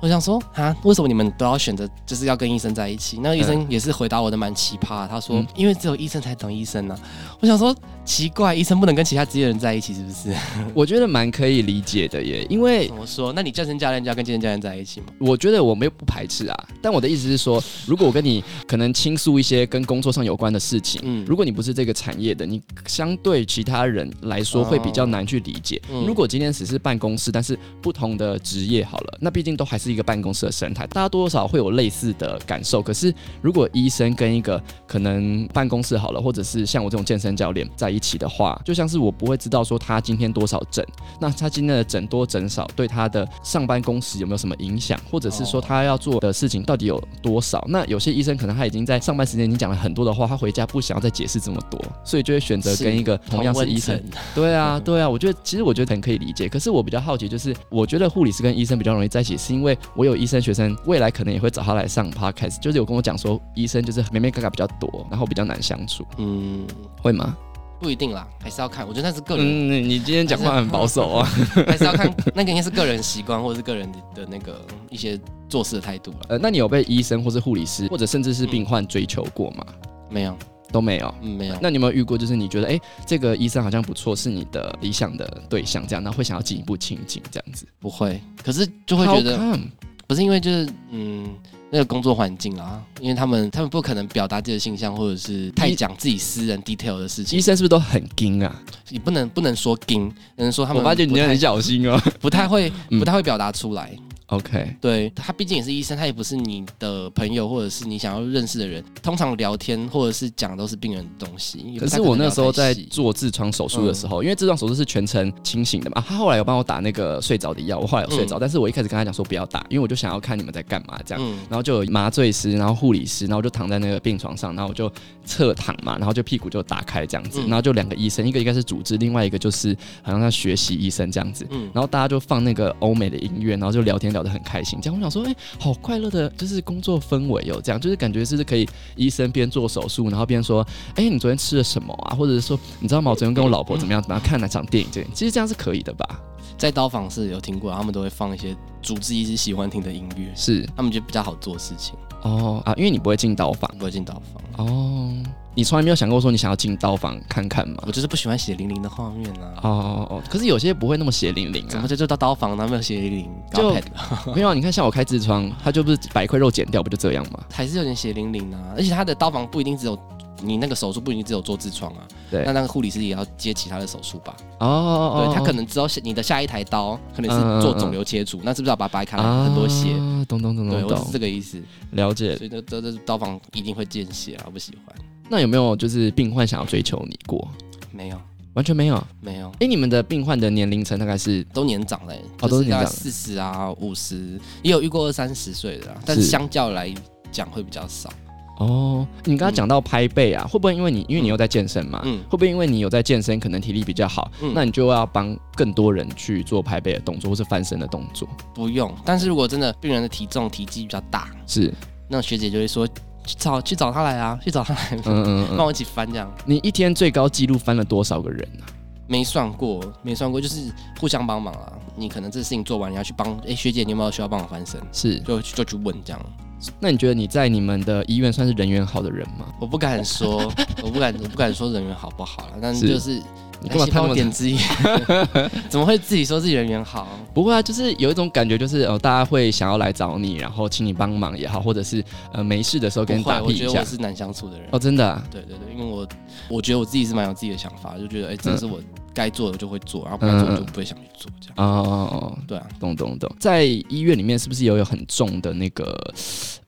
S2: 我想说啊，为什么你们都要选择就是要跟医生在嗯一起？那个医生也是回答我的蛮奇葩的，他说：“
S1: 嗯
S2: 因为只有医生才懂医生呢、啊。”我想说奇怪，医生不能跟其他职业人在一起，是不是？
S1: 我觉得蛮可以理解的耶，因为
S2: 怎么说？那你健身教练就要跟健身教练在一起吗？
S1: 我觉得我没有不排斥啊，但我的意思是说，如果我跟你可能倾诉一些跟工作上有关的事情，
S2: 嗯
S1: 如果你不是这个产业的，你相对其他人来说
S2: 哦
S1: 会比较难去理解。
S2: 嗯
S1: 如果今天只是办公室，但是不同的职业好了，那毕竟都还是一个办公室的生态，大家多多少少会有类似的感受。可是如果医生跟一个可能办公室好了，或者是像我这种健身教练在一起的话，就像是我不会知道说他今天多少诊，那他今天的诊多诊少对他的上班工时有没有什么影响，或者是说
S2: 哦
S1: 他要做的事情到底有多少？那有些医生可能他已经在上班时间已经讲了很多的话，他回家不想要再解释这么多，所以就会选择
S2: 是
S1: 跟一个同样是医生
S2: 同。温层
S1: 对啊，对啊，我觉得其实我觉得很可以理解。可是我比较好奇，就是我觉得护理师跟医生比较容易在一起，是因为我有医生学生，未来可能也会找他来上 podcast，就是有跟我讲说，医生就是妹妹嘎嘎比较多，然后比较难相处，
S2: 嗯，
S1: 会吗？
S2: 不一定啦，还是要看。我觉得那是个人，
S1: 嗯，你今天讲话很保守啊。
S2: 还是要看那个应该是个人习惯，或者是个人的那个一些做事的态度了。
S1: 呃，那你有被医生或是护理师，或者甚至是病患追求过吗？
S2: 没有，
S1: 都没有。
S2: 嗯，没有。
S1: 那你有没有遇过，就是你觉得，哎、这个医生好像不错，是你的理想的对象，这样，那会想要进一步亲近，这样子，
S2: 不会，可是就会觉得
S1: How come？
S2: 不是因为就是嗯那个工作环境啦，因为他们他们不可能表达自己的形象，或者是太讲自己私人 detail 的事
S1: 医
S2: 情，
S1: 生是不是都很硬啊？
S2: 你不能不能说硬，只能说他们
S1: 我发觉你
S2: 不
S1: 真的
S2: 太
S1: 很小心哦。
S2: 不太会
S1: 嗯
S2: 不太会表达出来。
S1: OK，
S2: 对他毕竟也是医生，他也不是你的朋友或者是你想要认识的人，通常聊天或者是讲都是病人的东西。也
S1: 可
S2: 不太
S1: 是我
S2: 能
S1: 那
S2: 聊
S1: 时候
S2: 太
S1: 在
S2: 细
S1: 做痔疮手术的时候，因为痔疮手术是全程清醒的嘛，啊他后来有帮我打那个睡着的药，我后来有睡着，
S2: 嗯
S1: 但是我一开始跟他讲说不要打，因为我就想要看你们在干嘛这样。
S2: 嗯
S1: 然后就有麻醉师，然后护理师，然后就躺在那个病床上，然后我就侧躺嘛，然后就屁股就打开这样子，
S2: 嗯
S1: 然后就两个医生，一个应该是主治，另外一个就是好像在学习医生这样子。
S2: 嗯，
S1: 然后大家就放那个欧美的音乐，然后就聊天聊得很开心。这样我想说，哎、好快乐的，就是工作氛围有、这样，就是感觉是可以医生边做手术，然后边说，哎、你昨天吃了什么啊？或者是说，你知道吗？我昨天跟我老婆怎么样？然后看哪场电影？这样其实这样是可以的吧？
S2: 在刀房是有听过，他们都会放一些主治医师喜欢听的音乐，
S1: 是
S2: 他们就比较好做事情，
S1: 哦啊，因为你不会进刀房
S2: 不会进刀房。
S1: 哦，你从来没有想过说你想要进刀房看看吗
S2: 我？就是不喜欢血淋淋的画面啊。
S1: 哦哦哦，可是有些不会那么血淋淋
S2: 怎
S1: 啊
S2: 么。这就到刀房，然后没有血淋淋，
S1: 就
S2: 高 pad 了，
S1: 没有啊，你看像我开痔疮，它就不是把一块肉剪掉，不就这样吗？
S2: 还是有点血淋淋啊。而且他的刀房不一定只有你那个手术，不一定只有做痔疮啊。
S1: 对
S2: 那那个护理师也要接其他的手术吧？
S1: 哦哦哦，
S2: 对，他
S1: 哦
S2: 可能只有你的下一台刀可能
S1: 嗯嗯
S2: 是做
S1: 嗯
S2: 肿瘤切除，那是不是要把它掰开很多血？
S1: 啊，懂懂懂
S2: 对，
S1: 懂
S2: 我是
S1: 懂，
S2: 这个意思。
S1: 了解。
S2: 所以这这这刀房一定会见血啊，我不喜欢。
S1: 那有没有就是病患想要追求你过？
S2: 没有，
S1: 完全没有。
S2: 没有，
S1: 哎、你们的病患的年龄层大概是
S2: 都年长了欸，
S1: 哦都
S2: 就是是大
S1: 年
S2: 概
S1: 长
S2: 四十啊、五十，也有遇过二三十岁的啊，但是
S1: 是
S2: 相较来讲会比较少。
S1: 哦，你刚刚讲到拍背啊，会不会因为你因为你有在健身嘛？
S2: 嗯
S1: 会不会因为你有在健身，可能体力比较好，
S2: 嗯
S1: 那你就要帮更多人去做拍背的动作或是翻身的动作？
S2: 不用，但是如果真的病人的体重体积比较大，
S1: 是，
S2: 那学姐就会说去找去找他来啊，去找他来，
S1: 嗯嗯嗯。
S2: 帮我一起翻这样。
S1: 你一天最高纪录翻了多少个人啊？
S2: 没算过，没算过，就是互相帮忙啦。你可能这事情做完，你要去帮，哎、学姐，你有没有需要帮我翻身？
S1: 是，
S2: 就就去问这样。
S1: 那你觉得你在你们的医院算是人缘好的人吗？
S2: 我不 敢说，我不敢，我不敢说人缘好不好啦，但
S1: 是
S2: 就是
S1: 你干嘛
S2: 哎先帮
S1: 看
S2: 我
S1: 我
S2: 点之一？ 怎么会自己说自己人缘好？
S1: 不会啊，就是有一种感觉，就是呃，大家会想要来找你，然后请你帮忙也好，或者是呃没事的时候
S2: 不
S1: 跟你
S2: 会，
S1: 打
S2: 我
S1: 屁
S2: 觉
S1: 一
S2: 得我
S1: 下。
S2: 是难相处的人。
S1: 哦，真的、啊，
S2: 对对对，因为我我觉得我自己是蛮有自己的想法，就觉得哎、这是我该做的就会做，然后不该做的就不会想去做这样。
S1: 哦，
S2: 对啊，
S1: 懂懂懂，在医院里面是不是也有很重的那个，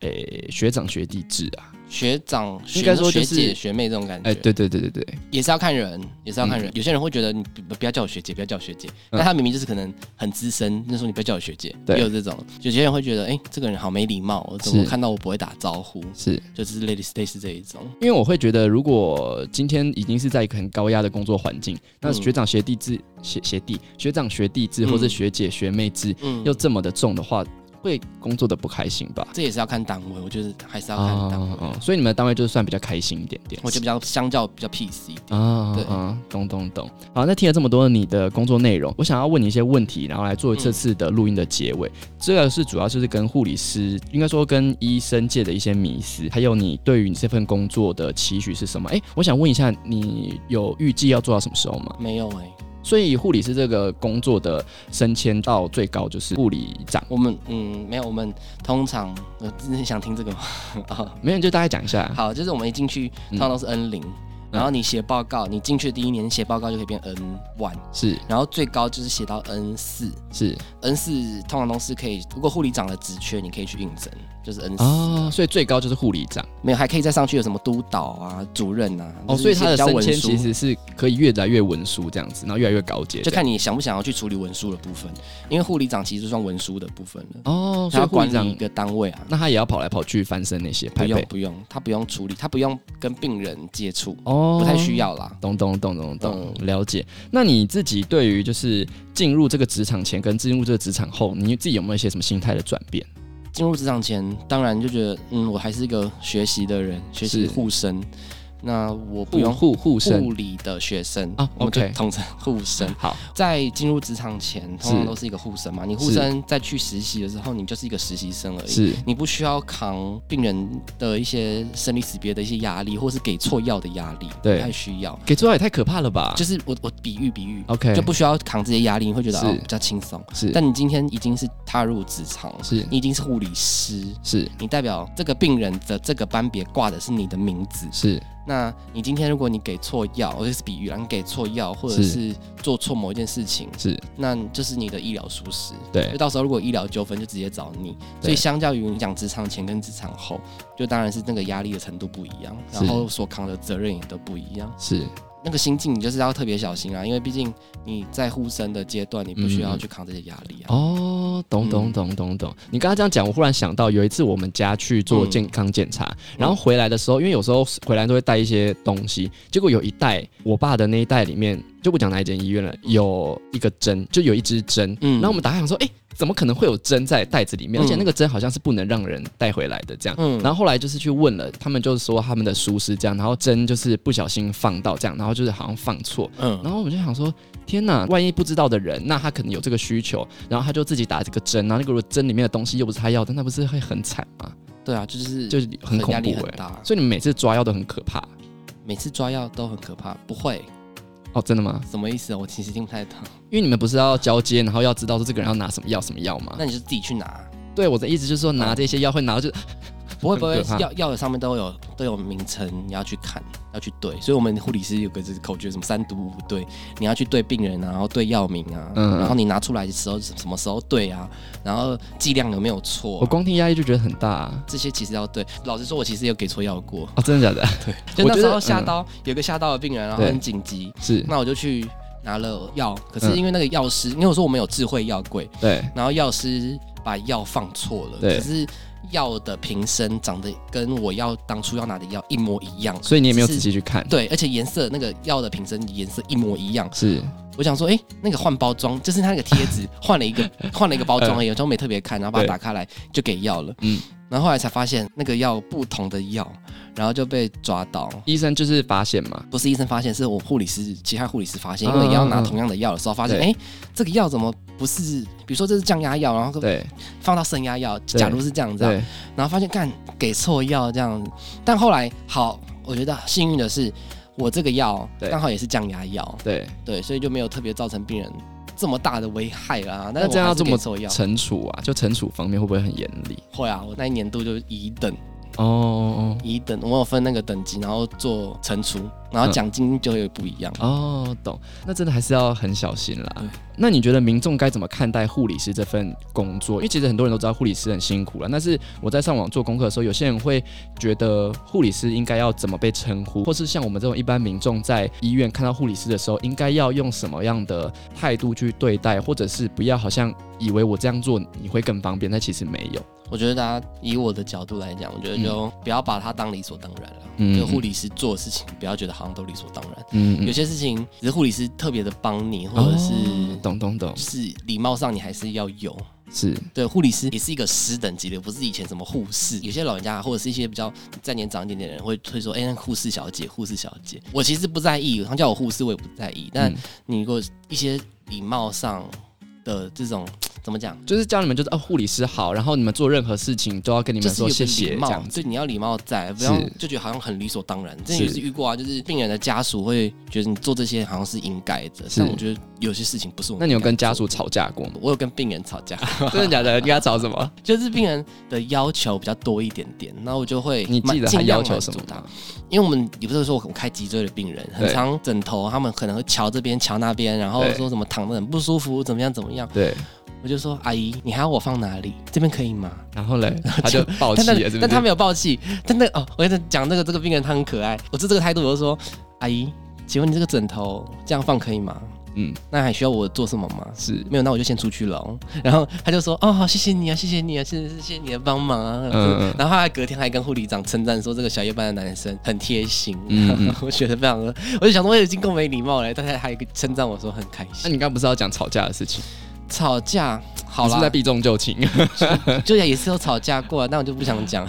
S1: 诶、学长学弟制啊？
S2: 学长、学
S1: 应该说就是
S2: 学姐、学妹这种感觉，
S1: 哎、对对对对对，
S2: 也是要看人，也是要看
S1: 嗯
S2: 人。有些人会觉得你不不要叫我学姐，不要叫我学姐，但他明明就是可能很资深，那时候你不要叫我学姐，
S1: 对
S2: 也有这种。有些人会觉得，哎、这个人好没礼貌，我怎么
S1: 是
S2: 看到我不会打招呼？
S1: 是
S2: 就是类似类似这一种。
S1: 因为我会觉得，如果今天已经是在一个很高压的工作环境，那
S2: 嗯
S1: 学长学弟制、学学弟、学长学弟制
S2: 嗯
S1: 或者学姐学妹制
S2: 嗯
S1: 又这么的重的话，
S2: 会，
S1: 工作的不开心吧？
S2: 这也是要看档位，我觉得还是要看
S1: 啊
S2: 档位。
S1: 啊，所以你们的单位就是算比较开心一点点。
S2: 我觉得比较相较比较 peace 一点。
S1: 啊，
S2: 对
S1: 啊，懂懂懂。好，那听了这么多你的工作内容，我想要问你一些问题，然后来做这次的录音的结尾。这个是主要就是跟护理师，应该说跟医生界的一些迷思，还有你对于你这份工作的期许是什么？哎、我想问一下，你有预计要做到什么时候吗？
S2: 没有哎、
S1: 所以护理师这个工作的升迁到最高就是护理长，
S2: 我们嗯没有，我们通常呃，真的想 听这个吗？哦
S1: 没有你就大概讲一下。
S2: 好，就是我们一进去
S1: 嗯
S2: 通常都是 N 零、然后你写报告，你进去的第一年写报告就可以变 N one，
S1: 是
S2: 然后最高就是写到 N 四
S1: 是
S2: ，N 四通常都是可以，如果护理长的职缺你可以去应征，就是 N 四、
S1: 哦，所以最高就是护理长
S2: 没有还可以再上去有什么督导啊、主任啊，
S1: 哦，
S2: 就是
S1: 所以他
S2: 一
S1: 的
S2: 些比较
S1: 升
S2: 文
S1: 迁
S2: 书
S1: 其实是可以越来越文书这样子，然后越来越高阶这样，
S2: 就看你想不想要去处理文书的部分，因为护理长其实就算文书的部分了，
S1: 哦，所
S2: 他
S1: 以
S2: 要
S1: 护
S2: 管
S1: 理长
S2: 理一，个单位啊。
S1: 那他也要跑来跑去翻身那些
S2: 不
S1: 拍
S2: 用
S1: 背
S2: 不用，他不用处理，他不用跟病人接触，
S1: 哦
S2: 不太需。要嗯啦。
S1: 懂懂懂懂懂，了解。那你自己对于就是进入这个职场前跟进入这个职场后，你自己有没有一些什么心态的转变？
S2: 进入职场前，当然就觉得，嗯，我还是一个学习的人，学习
S1: 是
S2: 护生。那我不
S1: 护
S2: 用
S1: 护护身
S2: 护理的学生
S1: 啊
S2: 我们就
S1: OK
S2: 统称护生。
S1: 好
S2: 在进入职场前，通
S1: 是
S2: 常都是一个护生嘛。你护
S1: 是
S2: 生再去实习的时候，你就是一个实习生而已。
S1: 是
S2: 你不需要扛病人的一些生离死别的一些压力，或是给错药的压力，
S1: 对
S2: 不太需要。
S1: 给出来也太可怕了吧？
S2: 就是我我比喻比喻
S1: OK，
S2: 就不需要扛这些压力，你会觉得
S1: 是
S2: 哦比较轻松。
S1: 是
S2: 但你今天已经是踏入职场，
S1: 是
S2: 你已经是护理师，
S1: 是
S2: 你代表这个病人的这个班别挂的是你的名字。
S1: 是
S2: 那你今天如果你给错药，我就是比喻啦，你给错药或者
S1: 是
S2: 是做错某一件事情，
S1: 是，
S2: 那就是你的医疗疏失。就
S1: 对
S2: 到时候如果医疗纠纷就直接找你，
S1: 对
S2: 所以相较于你讲职场前跟职场后，就当然是那个压力的程度不一样，
S1: 是
S2: 然后所扛的责任也都不一样。
S1: 是
S2: 那个心境你就是要特别小心啊，因为毕竟你在护生的阶段，你不需要去扛这些压力啊。
S1: 嗯哦，懂懂
S2: 嗯
S1: 懂懂懂。你刚刚这样讲，我忽然想到有一次我们家去做
S2: 嗯
S1: 健康检查，然后回来的时候，因为有时候回来都会带一些东西，结果有一袋我爸的那一袋里面，就不讲哪一间医院了，有一个针，就有一支针。
S2: 嗯
S1: 然后我们打开想说，哎、怎么可能会有针在袋子里面？
S2: 嗯
S1: 而且那个针好像是不能让人带回来的这样。
S2: 嗯
S1: 然后后来就是去问了，他们就是说他们的疏失这样，然后针就是不小心放到这样，然后就是好像放错，
S2: 嗯
S1: 然后我们就想说，天哪，万一不知道的人，那他可能有这个需求，然后他就自己打这个针，然后那个如果针里面的东西又不是他要的，那不是会很惨吗？
S2: 对啊，就是
S1: 就是很恐
S2: 压
S1: 怖
S2: 力很
S1: 哎、
S2: 大，
S1: 所以你们每次抓药都很可怕
S2: 每次抓药都很可怕。不会，
S1: 哦，真的吗？
S2: 什么意思？我其实听不太懂。
S1: 因为你们不是要交接，然后要知道说这个人要拿什么药什么药吗
S2: 那？你就自己去拿，
S1: 对，我的意思就是说拿这些药会拿到就
S2: 不会不会
S1: 很可怕，
S2: 药药的上面都有都有名称，你要去看，要去对。所以我们护理师有个这口诀，什么三毒五不对，你要去对病人啊，然后对药名啊，
S1: 嗯
S2: 然后你拿出来的时候是什么时候对啊，然后剂量有没有错啊、
S1: 我光听压力就觉得很大啊，
S2: 这些其实要对。老实说，我其实有给错药过，
S1: 哦真的假的？
S2: 就
S1: 我觉
S2: 那时
S1: 得
S2: 候下
S1: 嗯
S2: 刀、有一个下刀的病人，然后
S1: 对
S2: 很紧急，
S1: 是，
S2: 那我就去拿了药，可是
S1: 嗯
S2: 因为那个药师，因为我说我们有智慧药柜，
S1: 对，
S2: 然后药师把药放错了，
S1: 对
S2: 可是药的瓶身长得跟我要当初要拿的药一模一样，
S1: 所以你也没有仔
S2: 是
S1: 细去看，
S2: 对，而且颜色那个药的瓶身颜色一模一样。
S1: 是
S2: 我想说，哎、那个换包装，就是它那个贴纸换了 一个换了一个包装而已，我都没特别看，然后把它
S1: 对
S2: 打开来就给药了。
S1: 嗯
S2: 嗯，然后后来才发现那个药不同的药，然后就被抓到。
S1: 医生就是发现嘛，
S2: 不是医生发现，是我护理师，其他护理师发现，
S1: 嗯
S2: 因为也要拿同样的药的时候，发现
S1: 对
S2: 哎、诶这个药怎么不是？比如说这是降压药，然后
S1: 对
S2: 放到升压药，
S1: 对
S2: 假如是这样子啊，
S1: 对
S2: 然后发现干给错药这样子。但后来好，我觉得幸运的是，我这个药
S1: 对
S2: 刚好也是降压药，
S1: 对，
S2: 对，所以就没有特别造成病人这么大的危害啦。但
S1: 那
S2: 是
S1: 这样要
S2: 我还是
S1: 这
S2: 给
S1: 么
S2: 错药，
S1: 惩处啊，就惩处方面会不会很严厉？
S2: 会啊，我那一年度就是乙等，
S1: 哦哦。哦
S2: 乙等，我有分那个等级，然后做惩处，然
S1: 嗯
S2: 后奖金就会不一样。
S1: 哦，懂，那真的还是要很小心啦
S2: 对。
S1: 那你觉得民众该怎么看待护理师这份工作？因为其实很多人都知道护理师很辛苦了，但是我在上网做功课的时候，有些人会觉得护理师应该要怎么被称
S2: 嗯
S1: 呼，或是像我们这种一般民众在医院看到护理师的时候，应该要用什么样的态度去对待，或者是不要好像以为我这样做你会更方便，但其实没有。
S2: 我觉得大家以我的角度来讲，我觉得就不要把它当理所当然了。
S1: 嗯
S2: 就护理师做的事情，不要觉得好像都理所当然。
S1: 嗯
S2: 有些事情
S1: 哦
S2: 只是护理师特别的帮你，或者是
S1: 懂懂懂，
S2: 就是礼貌上你还是要有，
S1: 是
S2: 对，护理师也是一个师等级的，不是以前什么护士。有些老人家或者是一些比较再年长一点点的人会会说，哎、那护士小姐，护士小姐。我其实不在意，他叫我护士，我也不在意。但
S1: 嗯
S2: 你如果一些礼貌上的这种怎么讲，
S1: 就是教你们就是哦，护理师好，然后你们做任何事情都要跟你
S2: 就
S1: 们
S2: 是
S1: 说
S2: 有
S1: 谢
S2: 个
S1: 谢
S2: 礼
S1: 这
S2: 貌
S1: 样，子。
S2: 对，你要礼貌在，不要
S1: 是
S2: 就觉得好像很理所当然。之
S1: 是
S2: 前也是遇过啊，就是病人的家属会觉得你做这些好像是应该的，
S1: 是
S2: 但我觉得有些事情不是我们
S1: 那你有
S2: 应该
S1: 跟家
S2: 做
S1: 属吵架过吗
S2: 的？？我有跟病人吵架，
S1: 真的假的？你跟他吵什么？
S2: 就是病人的要求比较多一点点，那我就会
S1: 你
S2: 满
S1: 记得他
S2: 尽量啊
S1: 要求
S2: 满
S1: 什么
S2: 足他
S1: 吗？
S2: 因为我们也不是说我开脊椎的病人，很
S1: 对
S2: 常枕头，他们可能会瞧这边瞧那边，然后
S1: 对
S2: 说什么躺得很不舒服，怎么样怎么样，
S1: 对，
S2: 我就说阿姨，你还要我放哪里？这边可以吗？
S1: 然后 嘞，他就暴气
S2: 但
S1: 了，
S2: 但
S1: 是不是？
S2: 但他没有暴气，但那哦，我跟你讲，那个这个病人他很可爱，我就这个态度，我就说阿姨，请问你这个枕头这样放可以吗？
S1: 嗯
S2: 那还需要我做什么吗？
S1: 是
S2: 没有，那我就先出去了哦。然后他就说：“哦，好，谢谢你啊，谢谢你啊，谢谢谢谢你的帮忙啊。
S1: 嗯嗯
S2: 然后他隔天还跟护理长称赞说，这个小夜班的男生很贴心。
S1: 嗯嗯
S2: 我觉得非常的，我就想说我已经够没礼貌了，但他还称赞我说很开
S1: 那
S2: 心。
S1: 你刚刚不是要讲吵架的事情？
S2: 吵架好
S1: 你是不是在
S2: 啦，
S1: 避重就轻？
S2: 就也是有吵架过啊，那我就不想讲。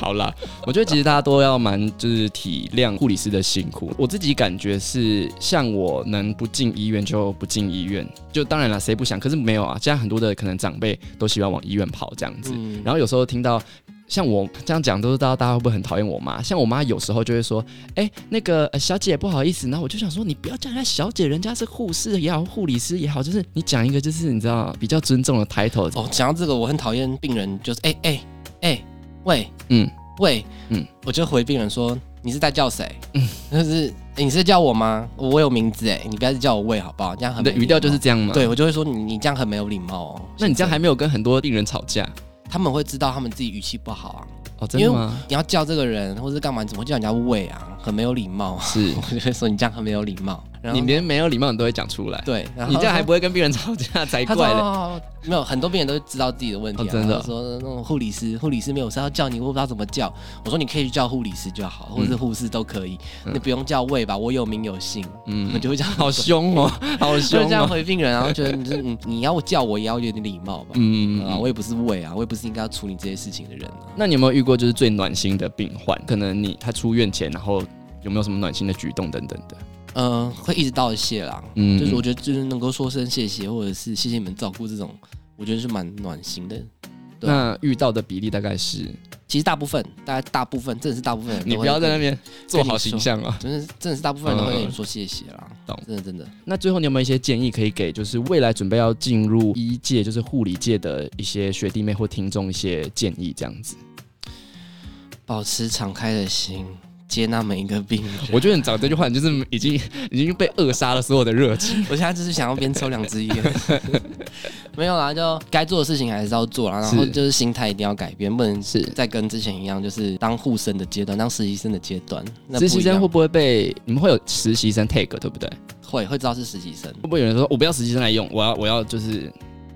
S1: 好啦，我觉得其实大家都要蛮就是体谅护理师的辛苦。我自己感觉是，像我能不进医院就不进医院，就当然了，谁不想？可是没有啊，现在很多的可能长辈都喜欢往医院跑这样子。
S2: 嗯，
S1: 然后有时候听到像我这样讲，都知道大家会不会很讨厌我妈？像我妈有时候就会说：“哎、那个、呃小姐不好意思。”然后我就想说：“你不要叫人家小姐，人家是护士也好，护理师也好，就是你讲一个就是你知道比较尊重的 title。”
S2: 哦，讲到这个，我很讨厌病人，就是哎哎哎，喂，
S1: 嗯
S2: 喂，
S1: 嗯
S2: 嗯，我就回病人说你是在叫谁？嗯，就是、诶你是在叫我吗？我有名字哎，你不要再叫我喂好不好？这样很
S1: 你的
S2: 啊没礼
S1: 啊语调就是
S2: 貌。
S1: 这样嘛？
S2: 对，。我就会说你你这样很没有礼貌哦。
S1: 那你这样
S2: 先
S1: 还没有跟很多病人吵架
S2: 生他们会知道他们自己语气不好啊。
S1: 哦？真的吗？
S2: 你要叫这个人或是干嘛，你怎么会叫人家喂啊？很没有礼貌 啊。
S1: 是
S2: 我就会说你这样很没有礼貌。然后
S1: 你连没有礼貌你都会讲出来，
S2: 对，然后
S1: 你这样还不会跟病人吵架才
S2: 他
S1: 怪
S2: 说
S1: 嘞。
S2: 哦没有很多病人都知道自己的问题、啊
S1: 哦真的
S2: 然后说那种护理师，护理师没有是要叫你，我不知道怎么叫。我说你可以去叫护理师就好，或者是护士都可以，
S1: 嗯
S2: 你不用叫喂吧，我有名有姓，
S1: 嗯
S2: 我就会这样，
S1: 好凶哦， 好
S2: 就
S1: 凶
S2: 会这样
S1: 哦。
S2: 回病人，然后觉得你就是你你要叫我也要有点礼貌吧，
S1: 嗯，
S2: 啊，我也不是喂啊，我也不是应该要处理这些事情的人、啊。
S1: 那你有没有遇过就是最暖心的病患？可能你他出院前，然后有没有什么暖心的举动等等的？
S2: 嗯、会一直道谢啦，
S1: 嗯
S2: 就是我觉得就是能够说声谢谢，或者是谢谢你们照顾这种，我觉得是蛮暖心的。对啊
S1: 那遇到的比例大概是，
S2: 其实大部分，大家大部分真的是大部分人都
S1: 你
S2: 会
S1: 不要在那边做好形象啊。
S2: 真的是真的是大部分人都会跟你说谢谢啦，
S1: 嗯懂
S2: 真的真的。
S1: 那最后你有没有一些建议可以给，就是未来准备要进入医界，就是护理界的一些学弟妹或听众一些建议这样子？
S2: 保持敞开的心，接纳每一个病人。
S1: 我觉得你讲这句话，你就是已经 已经被扼杀了所有的热情。
S2: 我现在就是想要边抽两支 烟，没有啦，就该做的事情还是要做啦，然后
S1: 是
S2: 就是心态一定要改变，不能
S1: 是
S2: 再跟之前一样，就是当护生的阶段，当实习生的阶段，那不
S1: 实习
S2: 一样
S1: 生会不会被你们会有实习生 take 对不对？
S2: 会会知道是实习生，
S1: 会不会有人说我不要实习生来用，我要我要就是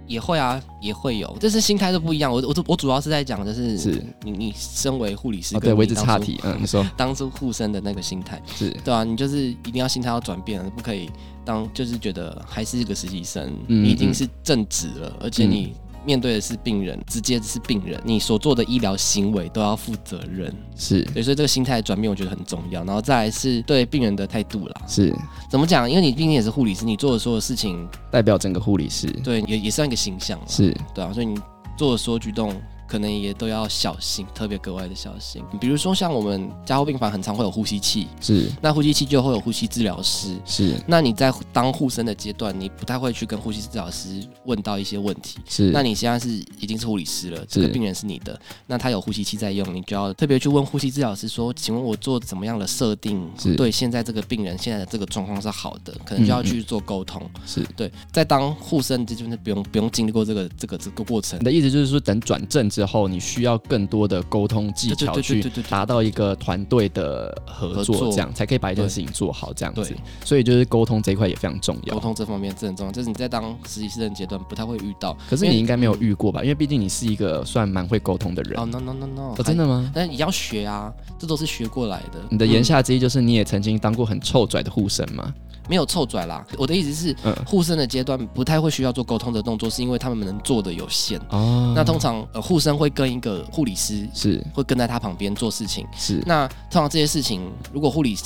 S2: 也会啊，也会有，但是心态都不一样。我我主我主要是在讲，就是
S1: 是
S2: 你你身为护理师
S1: 哦
S2: 跟
S1: 对
S2: 你
S1: 我一直
S2: 当
S1: 岔
S2: 初
S1: 题，嗯，你说
S2: 当初护生的那个心态。
S1: 是
S2: 对啊，你就是一定要心态要转变了，不可以当就是觉得还是一个实习生，
S1: 嗯
S2: 你已经是正职了，而且你面对的是病人，直接是病人，你所做的医疗行为都要负责任。
S1: 是
S2: 对，所以这个心态转变我觉得很重要，然后再来是对病人的态度啦。
S1: 是
S2: 怎么讲？因为你毕竟也是护理师，你做的所有事情，
S1: 代表整个护理师
S2: 对，也也算一个形象啦，
S1: 是
S2: 对啊，所以你做的所有举动。可能也都要小心，特别格外的小心。比如说，像我们加护病房很常会有呼吸器，
S1: 是
S2: 那呼吸器就会有呼吸治疗师，
S1: 是
S2: 那你在当护生的阶段，你不太会去跟护理治疗师问到一些问题。
S1: 是
S2: 那你现在是已经是护理师了，这个病人是你的，那他有呼吸器在用，你就要特别去问呼吸治疗师说，请问我做怎么样的设定
S1: 是，嗯
S2: 对现在这个病人现在的这个状况是好的，可能就要去做沟通。
S1: 是
S2: 对，在当护生这就是不用不用经历过这个这个这个过程
S1: 你。的意思就是说，等转正之后，你需要更多的沟通技
S2: 对对
S1: 巧
S2: 对对
S1: 去
S2: 对对对
S1: 达到一个团队的合
S2: 合
S1: 作，
S2: 作
S1: 这样才可以把一件
S2: 对
S1: 事情做好，这样子
S2: 对。
S1: 所以就是沟通这一块也非常重
S2: 沟
S1: 要。
S2: 通这方面真的很重要，这是你在当实习生的阶段不太会遇到。
S1: 可是你
S2: 因为
S1: 应该没有遇过吧？因为毕竟你是一个算蛮会沟通的人。
S2: 哦、no no no no，、
S1: 哦，真的吗？
S2: 但也要学啊，这都是学过来的。
S1: 你的
S2: 嗯
S1: 言下之意就是你也曾经当过很臭拽的护神吗？
S2: 没有臭拽啦。我的意思是，
S1: 嗯
S2: 护生的阶段不太会需要做沟通的动作，是因为他们能做的有限。
S1: 哦，
S2: 那通常呃护生会跟一个护理师
S1: 是
S2: 会跟在他旁边做事情。
S1: 是
S2: 那通常这些事情，如果护理师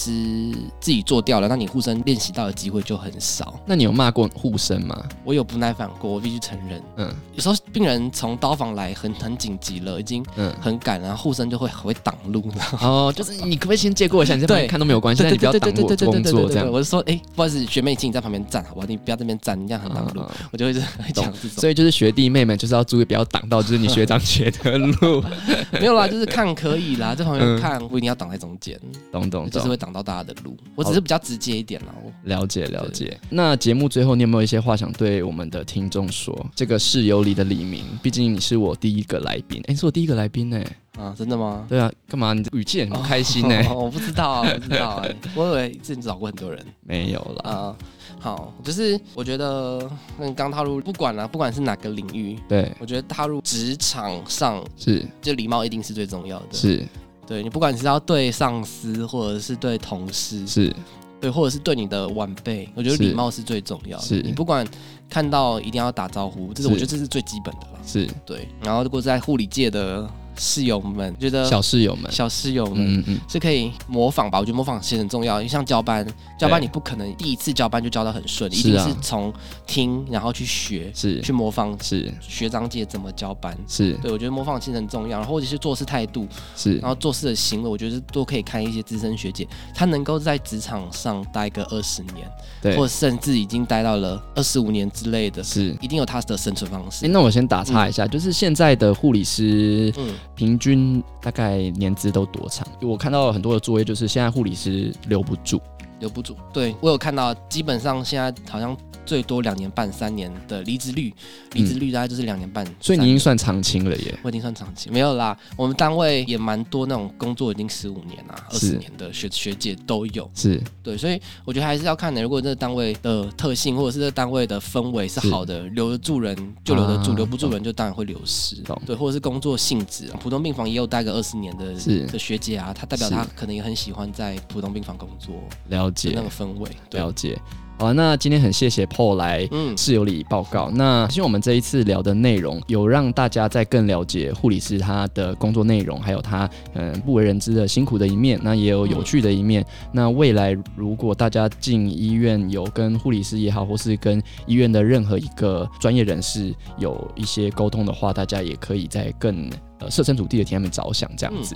S2: 自己做掉了，那你护生练习到的机会就很少。
S1: 那你有骂过护生吗？
S2: 我有不耐烦过，我必须承认。
S1: 嗯
S2: 有时候病人从刀房来很 很紧急了，已经
S1: 嗯，
S2: 很赶，然后护生就会很会挡路，你知道吗
S1: 哦，就是你可不可以先借过我一下？你在旁边
S2: 对
S1: 看都没有关系，但你不要挡我工作这样。
S2: 我是说，哎，不好意思，学妹，请你在旁边站，好吧？你不要在那边站，你这样很挡路。
S1: 嗯嗯
S2: 我就会这样讲这种，
S1: 所以就是学弟妹们就是要注意，不要挡到就是你学 长学的路。
S2: 没有啦，就是看可以啦，在旁
S1: 嗯
S2: 边看不一定要挡在中间，
S1: 懂懂
S2: 就是
S1: 懂，
S2: 会挡到大家的路。我只是比较直接一点啦，我
S1: 了解了解。那节目最后，你有没有一些话想对我们的听众说？这个室友里的李明，毕竟你是我第一个来宾，哎、你是我第一个来宾呢、
S2: 啊，真的吗？
S1: 对啊，干嘛？你的语气很不开心呢、
S2: 哦 我不知道啊， 我不知道哎、我以为之前找过很多 人
S1: 没有啦，
S2: 啊、好，就是我觉得，嗯，刚踏入不管啦、不管是哪个领域，
S1: 对，
S2: 我觉得踏入职场上，
S1: 是
S2: 就礼貌一定是最重要的。，
S1: 是
S2: 对你不管是要对上司，或者是对同事，
S1: 是，
S2: 对，或者是对你的晚辈，我觉得
S1: 是
S2: 礼貌是最重要的。
S1: 是
S2: 你不管看到一定要打招呼，这是我
S1: 是
S2: 觉得这是最基本的啦。
S1: 是
S2: 对，然后如果在护理界的室友们，觉得
S1: 呃小室友们，
S2: 小室友们。
S1: 嗯嗯嗯，
S2: 是可以模仿吧，我觉得模仿是很重要。因为像交班，交班
S1: 对
S2: 你不可能第一次交班就交到很顺，一
S1: 是
S2: 定
S1: 啊
S2: 是从听然后去学，
S1: 是啊
S2: 去模仿
S1: 是
S2: 学长姐怎么交班。
S1: 是
S2: 对，我觉得模仿其实很重要，然后或者是做事态度，
S1: 是
S2: 然后做事的行为，我觉得都可以看一些资深学姐，她能够在职场上待个二十年，
S1: 对
S2: 或者甚至已经待到了二十五年之类的，
S1: 是。
S2: 一定有她的生存方
S1: 哎、
S2: 式。
S1: 那我先打岔一下，就是现在的护理师
S2: 嗯，
S1: 平均大概年资都多长？我看到很多的作业，就是现在护理师留不住，
S2: 留不住。对我有看到，基本上现在好像最多两年半、三年的离职率，离职率大概就是两年半。
S1: 嗯所以
S2: 三
S1: 你已经
S2: 年
S1: 算长青了耶。
S2: 我已经算长期没有啦，我们单位也蛮多那种工作已经十五年啊、二
S1: 是
S2: 十年的学学姐都有。
S1: 是
S2: 对，所以我觉得还是要看的。如果这个单位的特性或者是这个单位的氛围是
S1: 是
S2: 好的，留得住人就留得住，
S1: 啊
S2: 留不住人就当然会流失
S1: 懂。
S2: 对，或者是工作性质，啊普通病房也有待个二十年的
S1: 是
S2: 的学姐啊，她代表
S1: 是
S2: 她可能也很喜欢在普通病房工作
S1: 了
S2: 的那
S1: 解
S2: 个氛围。对，
S1: 了解。好、啊，那今天很谢谢 Paul 来
S2: 嗯，
S1: 室友里报告。那希望我们这一次聊的内容，有让大家再更了解护理师他的工作内容，还有他嗯不为人知的辛苦的一面，那也有有趣的一面。那未来如果大家进医院有跟护理师也好，或是跟医院的任何一个专业人士有一些沟通的话，大家也可以再更。呃，设身处地的替他们着想，这样子。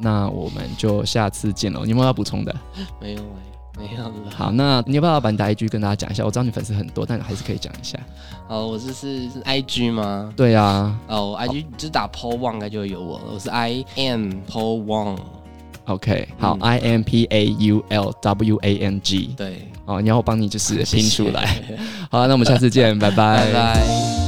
S1: 那我们就下次见了。你有没有要补充的？
S2: 没有哎、没有了。
S1: 好，那你要不要把你的 IG 跟大家讲一下？我知道你粉丝很多，但还是可以讲一下。
S2: 好，我这是是 I G 吗？
S1: 对啊，
S2: 哦，IG 就打 Paul Wang 应该就会有我了。我是 I am Paul Wang，
S1: OK，好、
S2: 嗯
S1: i M P A U L W A N G，
S2: 对，啊
S1: 哦，你要我帮你就是
S2: 谢
S1: 拼
S2: 谢
S1: 出来。好，那我们下次见，拜拜
S2: 拜拜。